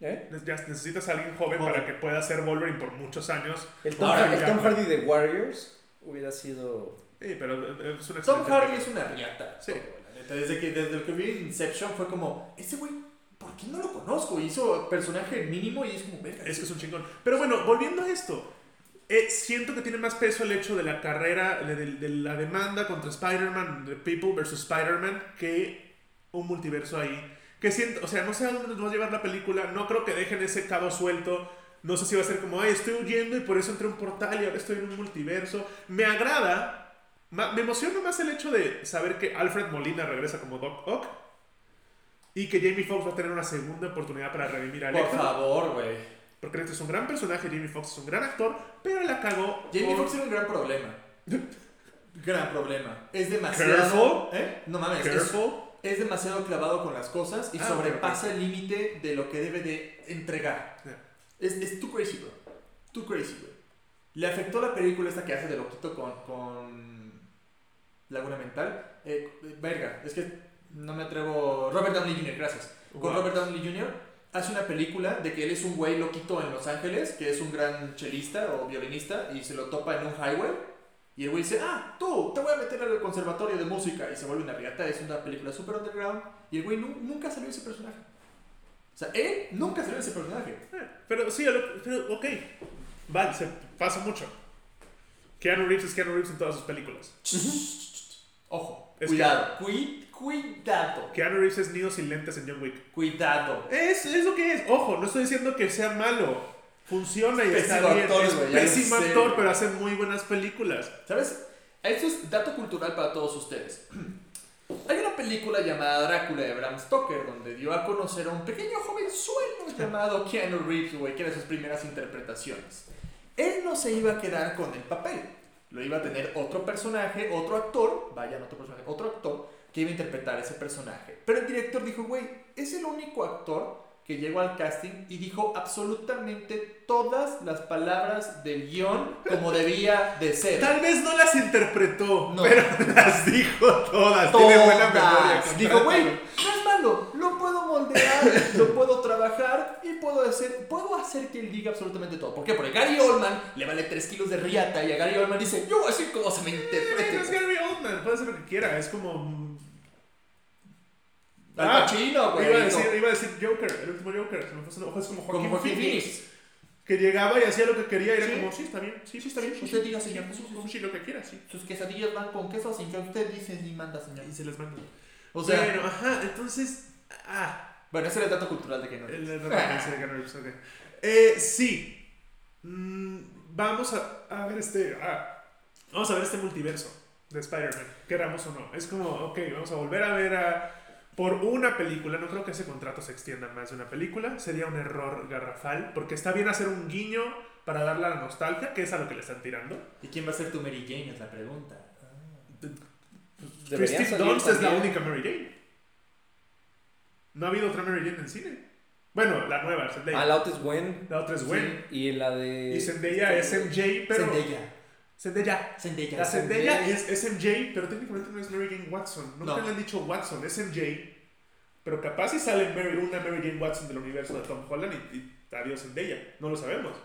¿Eh? Ne- ya necesitas a alguien joven Joven. para que pueda ser Wolverine por muchos años. El Tom, Ahora Har- el ya- Tom Hardy de Warriors hubiera sido. Sí, pero eh, es un Tom excelente- Hardy es una riata. Sí. La neta, Desde que, desde que vi Inception fue como, este güey, ¿por qué no lo conozco? Hizo personaje mínimo y es como, verga. Es que es un chingón. Pero bueno, volviendo a esto, eh, siento que tiene más peso el hecho de la carrera, de, de- de la demanda contra Spider-Man, de People versus Spider-Man, que un multiverso ahí. Que siento, o sea, no sé a dónde nos va a llevar la película, no creo que dejen ese cabo suelto. No sé si va a ser como, ay, estoy huyendo y por eso entré a un portal y ahora estoy en un multiverso. Me agrada, ma- me emociona más el hecho de saber que Alfred Molina regresa como Doc Ock y que Jamie Foxx va a tener una segunda oportunidad para redimir a Por Electro. favor, güey. Porque Electro es un gran personaje, Jamie Foxx es un gran actor, pero la cagó. Jamie con- Foxx era un gran problema. gran problema. Es demasiado. ¿Eh? No mames. Es, Careful. es demasiado clavado con las cosas y Ah, sobrepasa el límite de lo que debe de entregar. Yeah. Es, es too crazy, bro. Too crazy, bro. Le afectó la película esta que hace de loquito con. con Laguna Mental. Eh, verga, es que no me atrevo. Robert Downey Jr., gracias con Wow. Robert Downey Jr. Hace una película de que él es un güey loquito en Los Ángeles, que es un gran chelista o violinista, y se lo topa en un highway. Y el güey dice, ah, tú, te voy a meter al conservatorio de música. Y se vuelve una riata, es una película super underground. Y el güey nu- nunca salió ese personaje. O sea, él nunca salió ese personaje. Eh, Pero sí, lo- pero, ok. Vale, se pasa mucho. Keanu Reeves es Keanu Reeves en todas sus películas. Ojo, Es cuidado, cui- cuidado, Keanu Reeves es Neo sin lentes en John Wick. cuidado. Es, es lo que es. Ojo, no estoy diciendo que sea malo. Funciona y Pésimo está bien. actor, es güey, ya pésimo sé. actor, pero hace muy buenas películas. ¿Sabes? Esto es dato cultural para todos ustedes. Hay una película llamada Drácula de Bram Stoker, donde dio a conocer a un pequeño jovenzuelo llamado Keanu Reeves, güey, que era sus primeras interpretaciones. Él no se iba a quedar con el papel. Lo iba a tener otro personaje, otro actor, vaya, no otro personaje, otro actor, que iba a interpretar ese personaje. Pero el director dijo, güey, es el único actor que llegó al casting y dijo absolutamente todas las palabras del guión como debía de ser. Tal vez no las interpretó, Eh. No. pero las dijo todas. Tiene buena memoria. Todas. Digo, güey, no es malo, lo puedo moldear, lo puedo trabajar y puedo hacer, puedo hacer que él diga absolutamente todo. ¿Por qué? Porque Gary Oldman le vale 3 kilos de riata y a Gary Oldman dice, yo voy a decir cómo se me Eh, Es interprete. Gary Oldman, puede hacer lo que quiera, es como. mm, Al Pacino, güey. Ah, Iba a no. decir, iba a decir Joker, el último Joker, se me fue su nombre, es como Joaquín, Como Joaquín Phoenix, Phoenix. Que llegaba y hacía lo que quería y era Sí. como, sí, está bien, sí, sí, está bien. sí, Usted sí, diga, sí, señor. sí, sí, sí, lo que quiera, sí. Sus quesadillas van con queso sin que usted dice ni manda, señor. Y se las manda. O sea, bueno, ajá, entonces. Ah, bueno, ese era el dato cultural de que no. Ah. el el- el- Ah. el- el- el- el- pues, ok. Eh, sí. Mm, vamos a, a ver este. ah, vamos a ver este multiverso de Spider-Man, queramos o no. Es como, ok, vamos a volver a ver a. Por una película, no creo que ese contrato se extienda más de una película, sería un error garrafal, porque está bien hacer un guiño para darle a la nostalgia, que es a lo que le están tirando. ¿Y quién va a ser tu Mary Jane? Es la pregunta. pues, Deberían Christine salir Dunst es la también. única Mary Jane. No ha habido otra Mary Jane en cine. Bueno, la nueva, Zendaya. Ah, la otra es Gwen. La otra es Gwen. Y la de. Y Zendaya es MJ, pero... Eh, Zendaya. Zendaya. Zendaya. La Zendaya Zendaya. es, es MJ, pero técnicamente no es Mary Jane Watson. Nunca No. le han dicho Watson, es MJ. Pero capaz si sale Mary- una Mary Jane Watson del universo de Tom Holland y, y adiós Zendaya. No lo sabemos.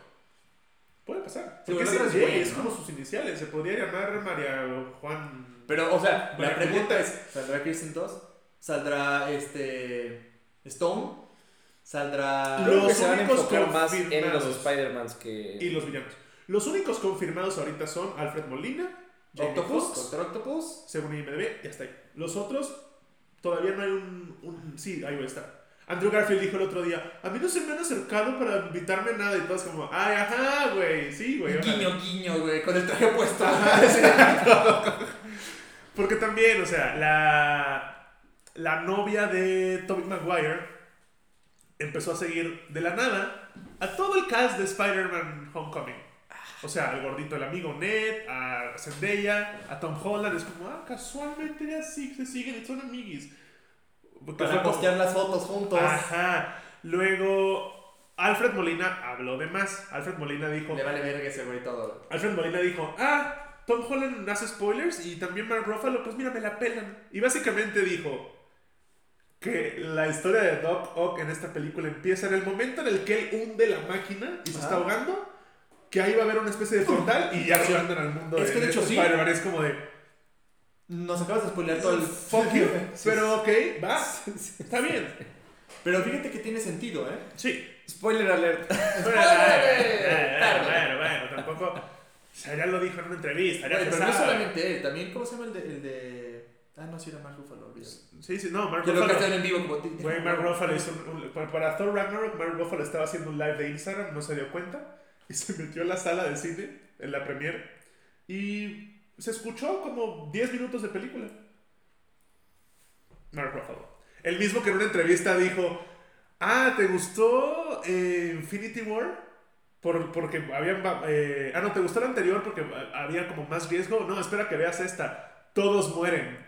Puede pasar. Sí, Porque bueno, es otra es MJ, Gwen, es ¿no? como sus iniciales. Se podría llamar María Juan... Pero, o sea, Bueno, la pregunta pregunta- es: ¿saldrá Kirsten 2? ¿Saldrá este. Stone? ¿Saldrá. Creo que Los se van a únicos enfocar más en los confirmados. Spider-Mans que. Y los villanos. Los únicos confirmados ahorita son Alfred Molina, Jamie Octopus? Foxx, ¿Doctor Octopus? según IMDb, y hasta ahí. Los otros, todavía no hay un... un- sí, ahí está. Andrew Garfield dijo el otro día, a mí no se me han acercado para invitarme a nada y todos como, ay, ajá, güey, sí, güey. órale". Guiño, guiño, güey, con el traje puesto. Porque también, o sea, la, la novia de Tobey Maguire empezó a seguir de la nada a todo el cast de Spider-Man Homecoming. O sea, al gordito, el amigo Ned, a Zendaya, a Tom Holland. Es como, ah, casualmente ya sí, se siguen y son amiguis. Porque fue Para como- postear las fotos juntos. Ajá. Luego, Alfred Molina habló de más. Alfred Molina dijo, Le vale verga ese güey todo. Alfred Molina dijo, ah, Tom Holland hace spoilers y también Mark Ruffalo, pues mira, me la pelan. Y básicamente dijo que la historia de Doc Ock en esta película empieza en el momento en el que él hunde la máquina y se Ajá. está ahogando, que ahí va a haber una especie de portal y ya Sí. lo mandan al mundo Es que de este hecho sí. Spider-Man. Es como de, Nos acabas de spoilear todo el fuck you, pero ok, va, está bien. Pero fíjate que tiene sentido, ¿eh? Sí. Spoiler alert. Bueno, Tarde. bueno, bueno, bueno, tampoco... O sea, ya lo dijo en una entrevista, ya Güey, se pero no sabe. solamente él, también, ¿cómo se llama el de...? El de... Ah, no, sí era Mark Ruffalo, olvídalo. Sí, sí, no, Mark Que lo Ruffalo. cantaron en vivo como... Güey, Mark Ruffalo hizo un- un- para, para Thor Ragnarok, Mark Ruffalo estaba haciendo un live de Instagram, no se dio cuenta y se metió a la sala de cine en la premiere y se escuchó como 10 minutos de película. Mark Ruffalo. El mismo que en una entrevista dijo, ah, ¿te gustó eh, Infinity War? Por, porque habían... va- eh, ah, no, ¿te gustó la anterior porque ah, había como más riesgo? No, espera que veas esta. Todos mueren.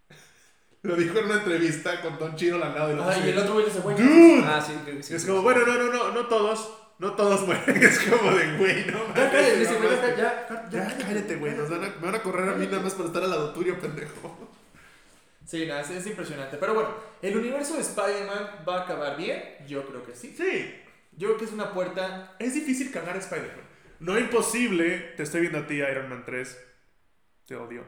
Lo dijo en una entrevista con Don Chino al lado y lo Ay, y el otro güey dice, güey... ¡Dude! Ah, sí, creo que sí. es como, bueno, no, no, no, no todos. No todos mueren. Es como de, güey, no mames. Ya cállate, no dice, güey, mames. ya, ya, Ya, cállate, güey. nos van a- me van a correr a mí nada más por estar al lado tuyo, pendejo. Sí, nada, es, es impresionante. Pero bueno, ¿el universo de Spider-Man va a acabar bien? Yo creo que sí. Sí, Yo creo que es una puerta... Es difícil cagar a Spider-Man. No imposible, te estoy viendo a ti, Iron Man 3. Te odio.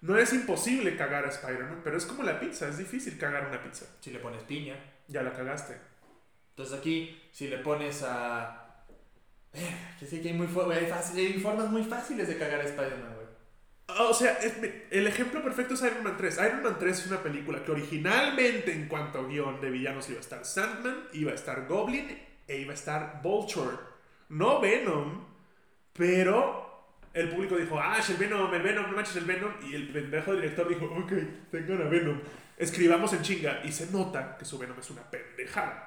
No es imposible cagar a Spider-Man, pero es como la pizza, es difícil cagar una pizza. Si le pones piña. Ya la cagaste. Entonces aquí, si le pones a... Eh, que sí que hay, muy fu- hay, fácil- hay formas muy fáciles de cagar a Spider-Man, güey. Ah, O sea, es mi- el ejemplo perfecto es Iron Man 3. Iron Man 3 es una película que originalmente, en cuanto a guión de villanos, iba a estar Sandman, iba a estar Goblin e iba a estar Vulture. No Venom, pero el público dijo, ah, es el Venom, el Venom, no manches el Venom. Y el pendejo director dijo, ok, tengan a Venom. Escribamos en chinga y se nota que su Venom es una pendejada.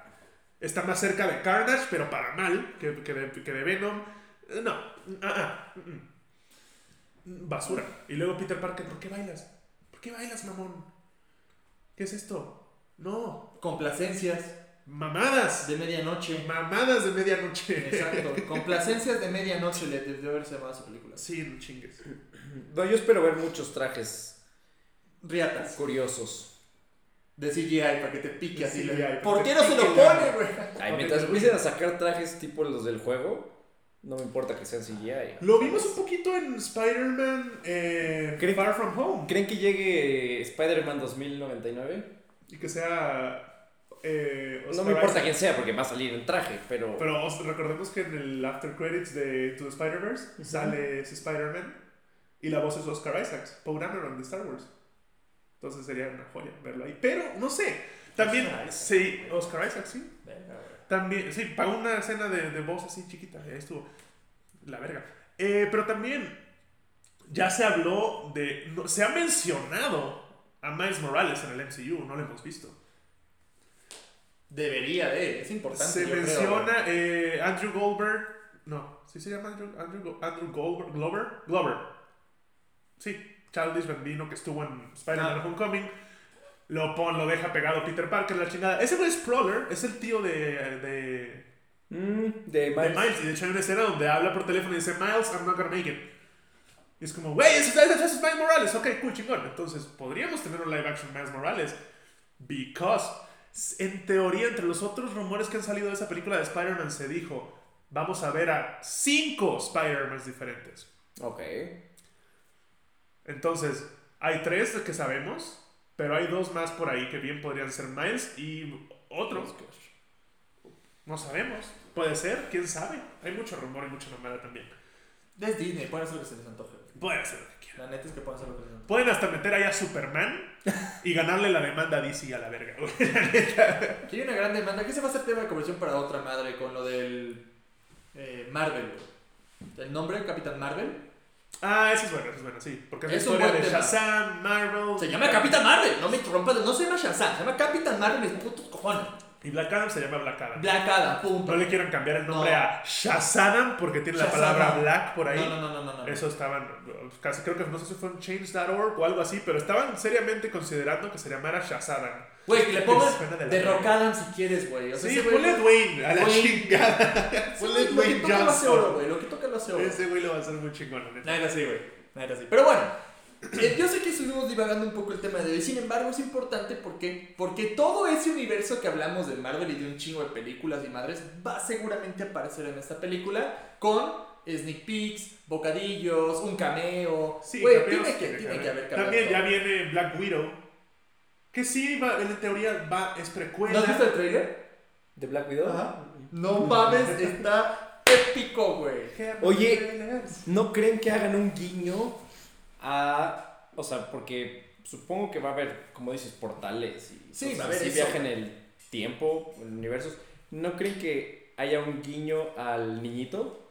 Está más cerca de Carnage, pero para mal, que, que de, que de Venom. Eh, No, ah, ah, mm, mm. Basura. Y luego Peter Parker, ¿por qué bailas? ¿Por qué bailas, mamón? ¿Qué es esto? No. Complacencias Mamadas. de medianoche. Mamadas de medianoche. Exacto. Complacencias de medianoche le debió haberse llamado su película. Sí, no chingues. No, yo espero ver muchos trajes Riatas. curiosos. De CGI para que te pique así. CGI, le- para ¿Por que qué te no se lo pique, ya. pone, güey? Ay, Ok, mientras pero- empiecen a sacar trajes tipo los del juego, no me importa que sean CGI. Lo vimos un poquito en Spider-Man eh, ¿Cree- Far From Home. ¿Creen que llegue Spider-Man 2099? Y que sea. eh, No Oscar me importa Isaac. quién sea porque va a salir en traje, pero... Pero os- recordemos que en el After Credits de To the Spider-Verse sale ese Spider-Man y la voz es Oscar Isaacs, Poe Dameron de Star Wars. Entonces sería una joya verlo ahí. Pero no sé, también. Oscar Isaac. sí, Oscar Isaacs, sí. También, sí, para una escena de, de voz así chiquita, ahí estuvo. La verga. Eh, pero también, ya se habló de. no- se ha mencionado a Miles Morales en el MCU, no lo hemos visto. Debería de, es importante. se yo creo, güey. menciona eh, Andrew Goldberg. No, ¿sí se llama Andrew, Andrew, Go- Andrew Goldberg? Glover? Glover. Sí, Childish Bambino que estuvo en Spider-Man Ah. Homecoming. Lo, pon, lo deja pegado Peter Parker, la chingada. Ese güey es Prowler, es el tío de, de, Mm, de de Miles. Miles. Y de hecho hay una escena donde habla por teléfono y dice, Miles, I'm not gonna make it. Y es como, güey, ese ese- ese es Miles Morales. Ok, cool, chingón. Entonces, podríamos tener un live action Miles Morales. Because, en teoría, entre los otros rumores que han salido de esa película de Spider-Man, se dijo, vamos a ver a cinco Spider-Mans diferentes. Ok. Entonces, hay tres que sabemos, pero hay dos más por ahí que bien podrían ser Miles y otros. No sabemos. Puede ser, quién sabe. Hay mucho rumor y mucha mamada también. Es Disney, pueden hacer lo que se les antoje. Pueden hacer lo que quieran. La neta es que pueden hacer lo que se les antoje. Pueden hasta meter ahí a Superman y ganarle la demanda a DC a la verga, güey. Aquí hay una gran demanda. ¿Qué se va a hacer tema de conversión para otra madre con lo del eh, Marvel? güey? El nombre, Capitán Marvel. Ah, eso es bueno, eso es bueno, sí. Porque es la Es un historia de buen tema. Shazam, Marvel. Se llama Capitán Marvel. No me trompas. No se llama Shazam. Se llama Capitán Marvel. Mis putos cojones. Y Black Adam se llama Black Adam. Black Adam. Pum. No le quieran cambiar el nombre No. a Shazam porque tiene la Shazam. palabra Black por ahí. No, no, no, no, no. no. Eso estaban, eh, casi creo que no sé si fue en change.org o algo así, pero estaban seriamente considerando que se llamara Shazam. Güey, que le Que suena pongas de la derrocada si quieres, güey. O sea, Sí, ese güey- ponle Dwayne a la Dwayne. chingada. ese Ponle güey, Lo que Dwayne toca lo hace oro, Johnson. güey. Lo que toca lo hace oro. Ese güey lo va a hacer muy chingón, la neta. Nada así, güey. Nada así. Pero bueno, eh, yo sé que estuvimos divagando un poco el tema de hoy. Sin embargo, es importante porque, porque todo ese universo que hablamos de Marvel y de un chingo de películas y madres va seguramente a aparecer en esta película con sneak peeks, bocadillos, un cameo. Sí, Güey, cameos tiene que, tiene que tiene que haber cameos. También ya viene Black Widow. Que sí, va, en teoría va, es ¿No precuela. has visto el trailer? ¿De Black Widow? No mames, está épico, güey. Oye. ¿No creen que hagan un guiño a. O sea, porque supongo que va a haber, como dices, portales y. Sí, cosas va a haber así, eso. viaje en el tiempo, en universos. ¿No creen que haya un guiño al niñito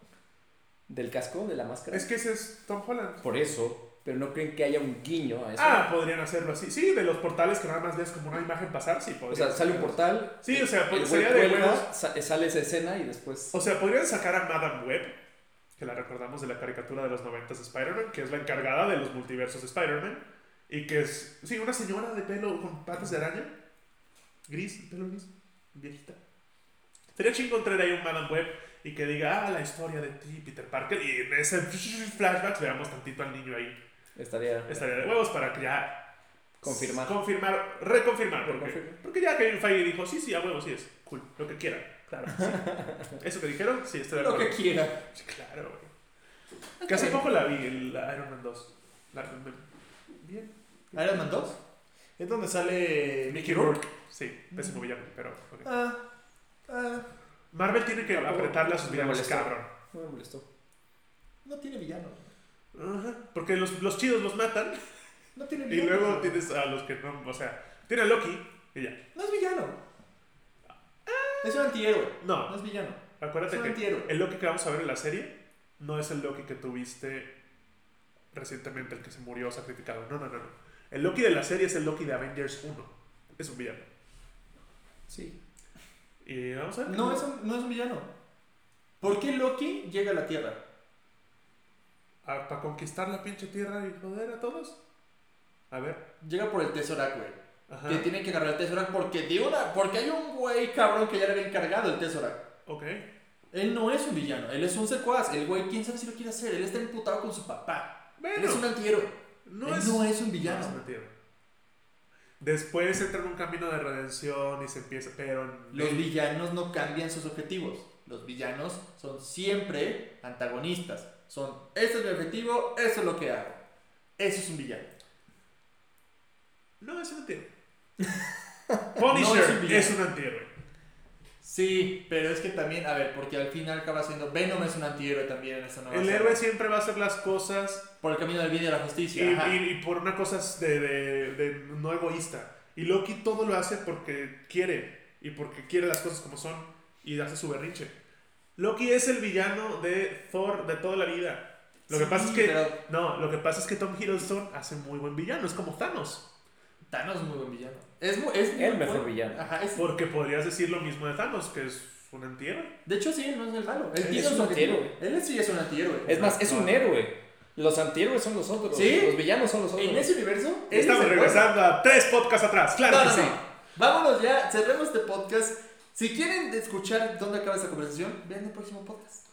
del casco, de la máscara? Es que ese es Tom Holland. Por eso, pero no creen que haya un guiño a eso. Ah, podrían hacerlo así. Sí, de los portales que nada más ves como una imagen pasar, sí, podrían. o sea, sale un portal. Sí, o sea, el güey sería de cuelga, huevos. sa- eh, sale esa escena y después. O sea, podrían sacar a Madame Web, que la recordamos de la caricatura de los 90 de Spider-Man, que es la encargada de los multiversos de Spider-Man. Y que es, sí, una señora de pelo con patas de araña. Gris, pelo gris, viejita. Sería chingón traer ahí un Madame Web y que diga, ah, la historia de ti, Peter Parker. Y en ese flashback veamos tantito al niño ahí. Estaría. Estaría de huevos para que ya... Confirmar. Confirmar, reconfirmar. Porque, Reconfirmar. porque ya Kevin Feige dijo, sí, sí, a huevos, sí es. Cool, lo que quieran. Claro, sí. Eso que dijeron, sí, estoy de Lo acuerdo. que quiera. Sí, claro, güey. Que hace poco la vi, el Iron Man 2. La- me- bien. ¿Iron Man 2? Es donde sale Mickey Rourke. Sí, pésimo villano, pero. ok. Ah, ah, Marvel tiene que Tampoco apretarle a sus me villanos, molestó. cabrón. No me molestó. no tiene villano. Ajá, Porque los, los chidos los matan No tiene y villano. luego tienes a los que no. O sea, tiene a Loki y ya. No es villano. Es un antihéroe. No No, es villano. Es acuérdate un que antihéroe. el Loki que vamos a ver en la serie no es el Loki que tuviste recientemente, el que se murió sacrificado. No, no, no. no. El Loki de la serie es el Loki de Avengers 1. Es un villano. Sí. Y vamos a ver. No es, un, no es un villano. ¿Por qué Loki llega a la Tierra? para conquistar la pinche tierra y joder a todos. A ver. Llega por el Tesorak, güey. Ajá. Que tiene que agarrar el Tesorak porque de una, porque hay un güey cabrón que ya le había encargado el Tesorak. Ok. Él no es un villano, él es un secuaz. El güey, quién sabe si lo quiere hacer. Él está imputado con su papá. Él Bueno, es un antihéroe. no él es, no es un villano. no es una tierra. Después entra en un camino de redención y se empieza. Pero. Los villanos no cambian sus objetivos. Los villanos son siempre antagonistas. Son, este es mi objetivo, eso es lo que hago. Eso es un villano. No es un antihéroe. No es un Punisher villano. es un antihéroe. Sí, pero es que también, a ver, porque al final acaba siendo Venom es un antihéroe también en esta nueva El saga. héroe siempre va a hacer las cosas Por el camino del bien y de la y, justicia. ajá. y- y por una cosa de, de- de no egoísta. Y Loki todo lo hace porque quiere y porque quiere las cosas como son y hace su berrinche. Loki es el villano de Thor de toda la vida. Lo que Sí, pasa es que pero- no, lo que pasa es que Tom Hiddleston hace muy buen villano, es como Thanos, Thanos es muy buen villano. Es, mu- es muy El mejor buen- villano. Ajá, es- porque podrías decir lo mismo de Thanos, que es un antihéroe. de hecho, sí, él no es el malo. Él Él tiene es su un objetivo. antihéroe. Él sí es un antihéroe. Es más, es No. un héroe. Los antihéroes son los otros. ¿Sí? Los villanos son los otros. en ese universo, él Estamos es el bueno. regresando a tres podcasts atrás, claro No, que no, sí. no. Vámonos ya, cerremos este podcast. Si quieren escuchar dónde acaba esta conversación, vean el próximo podcast.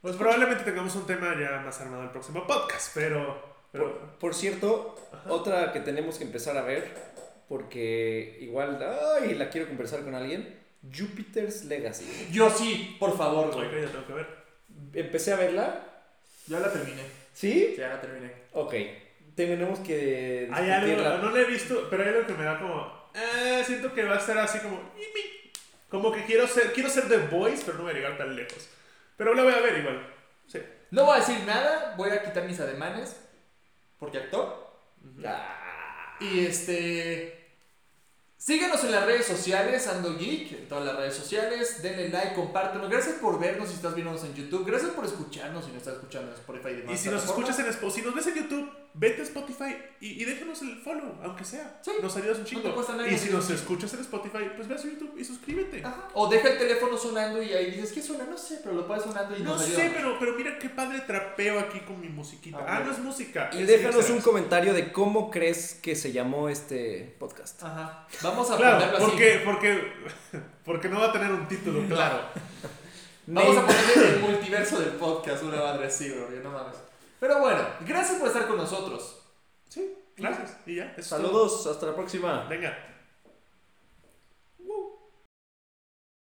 Pues probablemente tengamos un tema ya más armado el próximo podcast, pero, pero Por, por cierto, otra que tenemos que empezar a ver, porque igual, ay, la quiero conversar con alguien, Jupiter's Legacy. Yo sí, por favor, güey. Ok, ya tengo que ver. Empecé a verla, Ya la terminé. ¿sí? Ya la terminé. Ok, tenemos que Hay algo, discutirla. no lo he visto, pero hay algo que me da como, eh, siento que va a estar así como, "Imi". como que quiero ser, quiero ser The Voice, pero no voy a llegar tan lejos. Pero la voy a ver igual. Sí. No voy a decir nada, voy a quitar mis ademanes, porque actor. Ah, Y este... Síguenos en las redes sociales, Ando Geek, en todas las redes sociales, denle like, compártelo. Gracias por vernos si estás viéndonos en YouTube, gracias por escucharnos si nos estás escuchando en Spotify y demás. Y si nos plataformas. escuchas en Spotify, si nos ves en YouTube, vete a Spotify y, y déjanos el follow, aunque sea. Sí. Nos ayudas un te chingo. cuesta nada, y nos Ah, si ayudas nos un chingo. escuchas en Spotify, pues ve a su YouTube y suscríbete. Ajá. O deja el teléfono sonando y ahí dices, ¿qué suena? No sé, pero lo puedes sonando y no nos ayuda sé, mucho. pero, pero mira qué padre trapeo aquí con mi musiquita. Ah, Ah, bueno. no es música. Y es déjanos mixer. un comentario de cómo crees que se llamó este podcast. Ajá. Vamos a Claro, ponerlo así. porque, porque, porque no va a tener un título, claro. Vamos a Name- ponerle el multiverso del podcast, una madre así, bro, yo no mames. Pero bueno, gracias por estar con nosotros. Sí, gracias. Y ya, eso es todo. Saludos, hasta la próxima. Venga.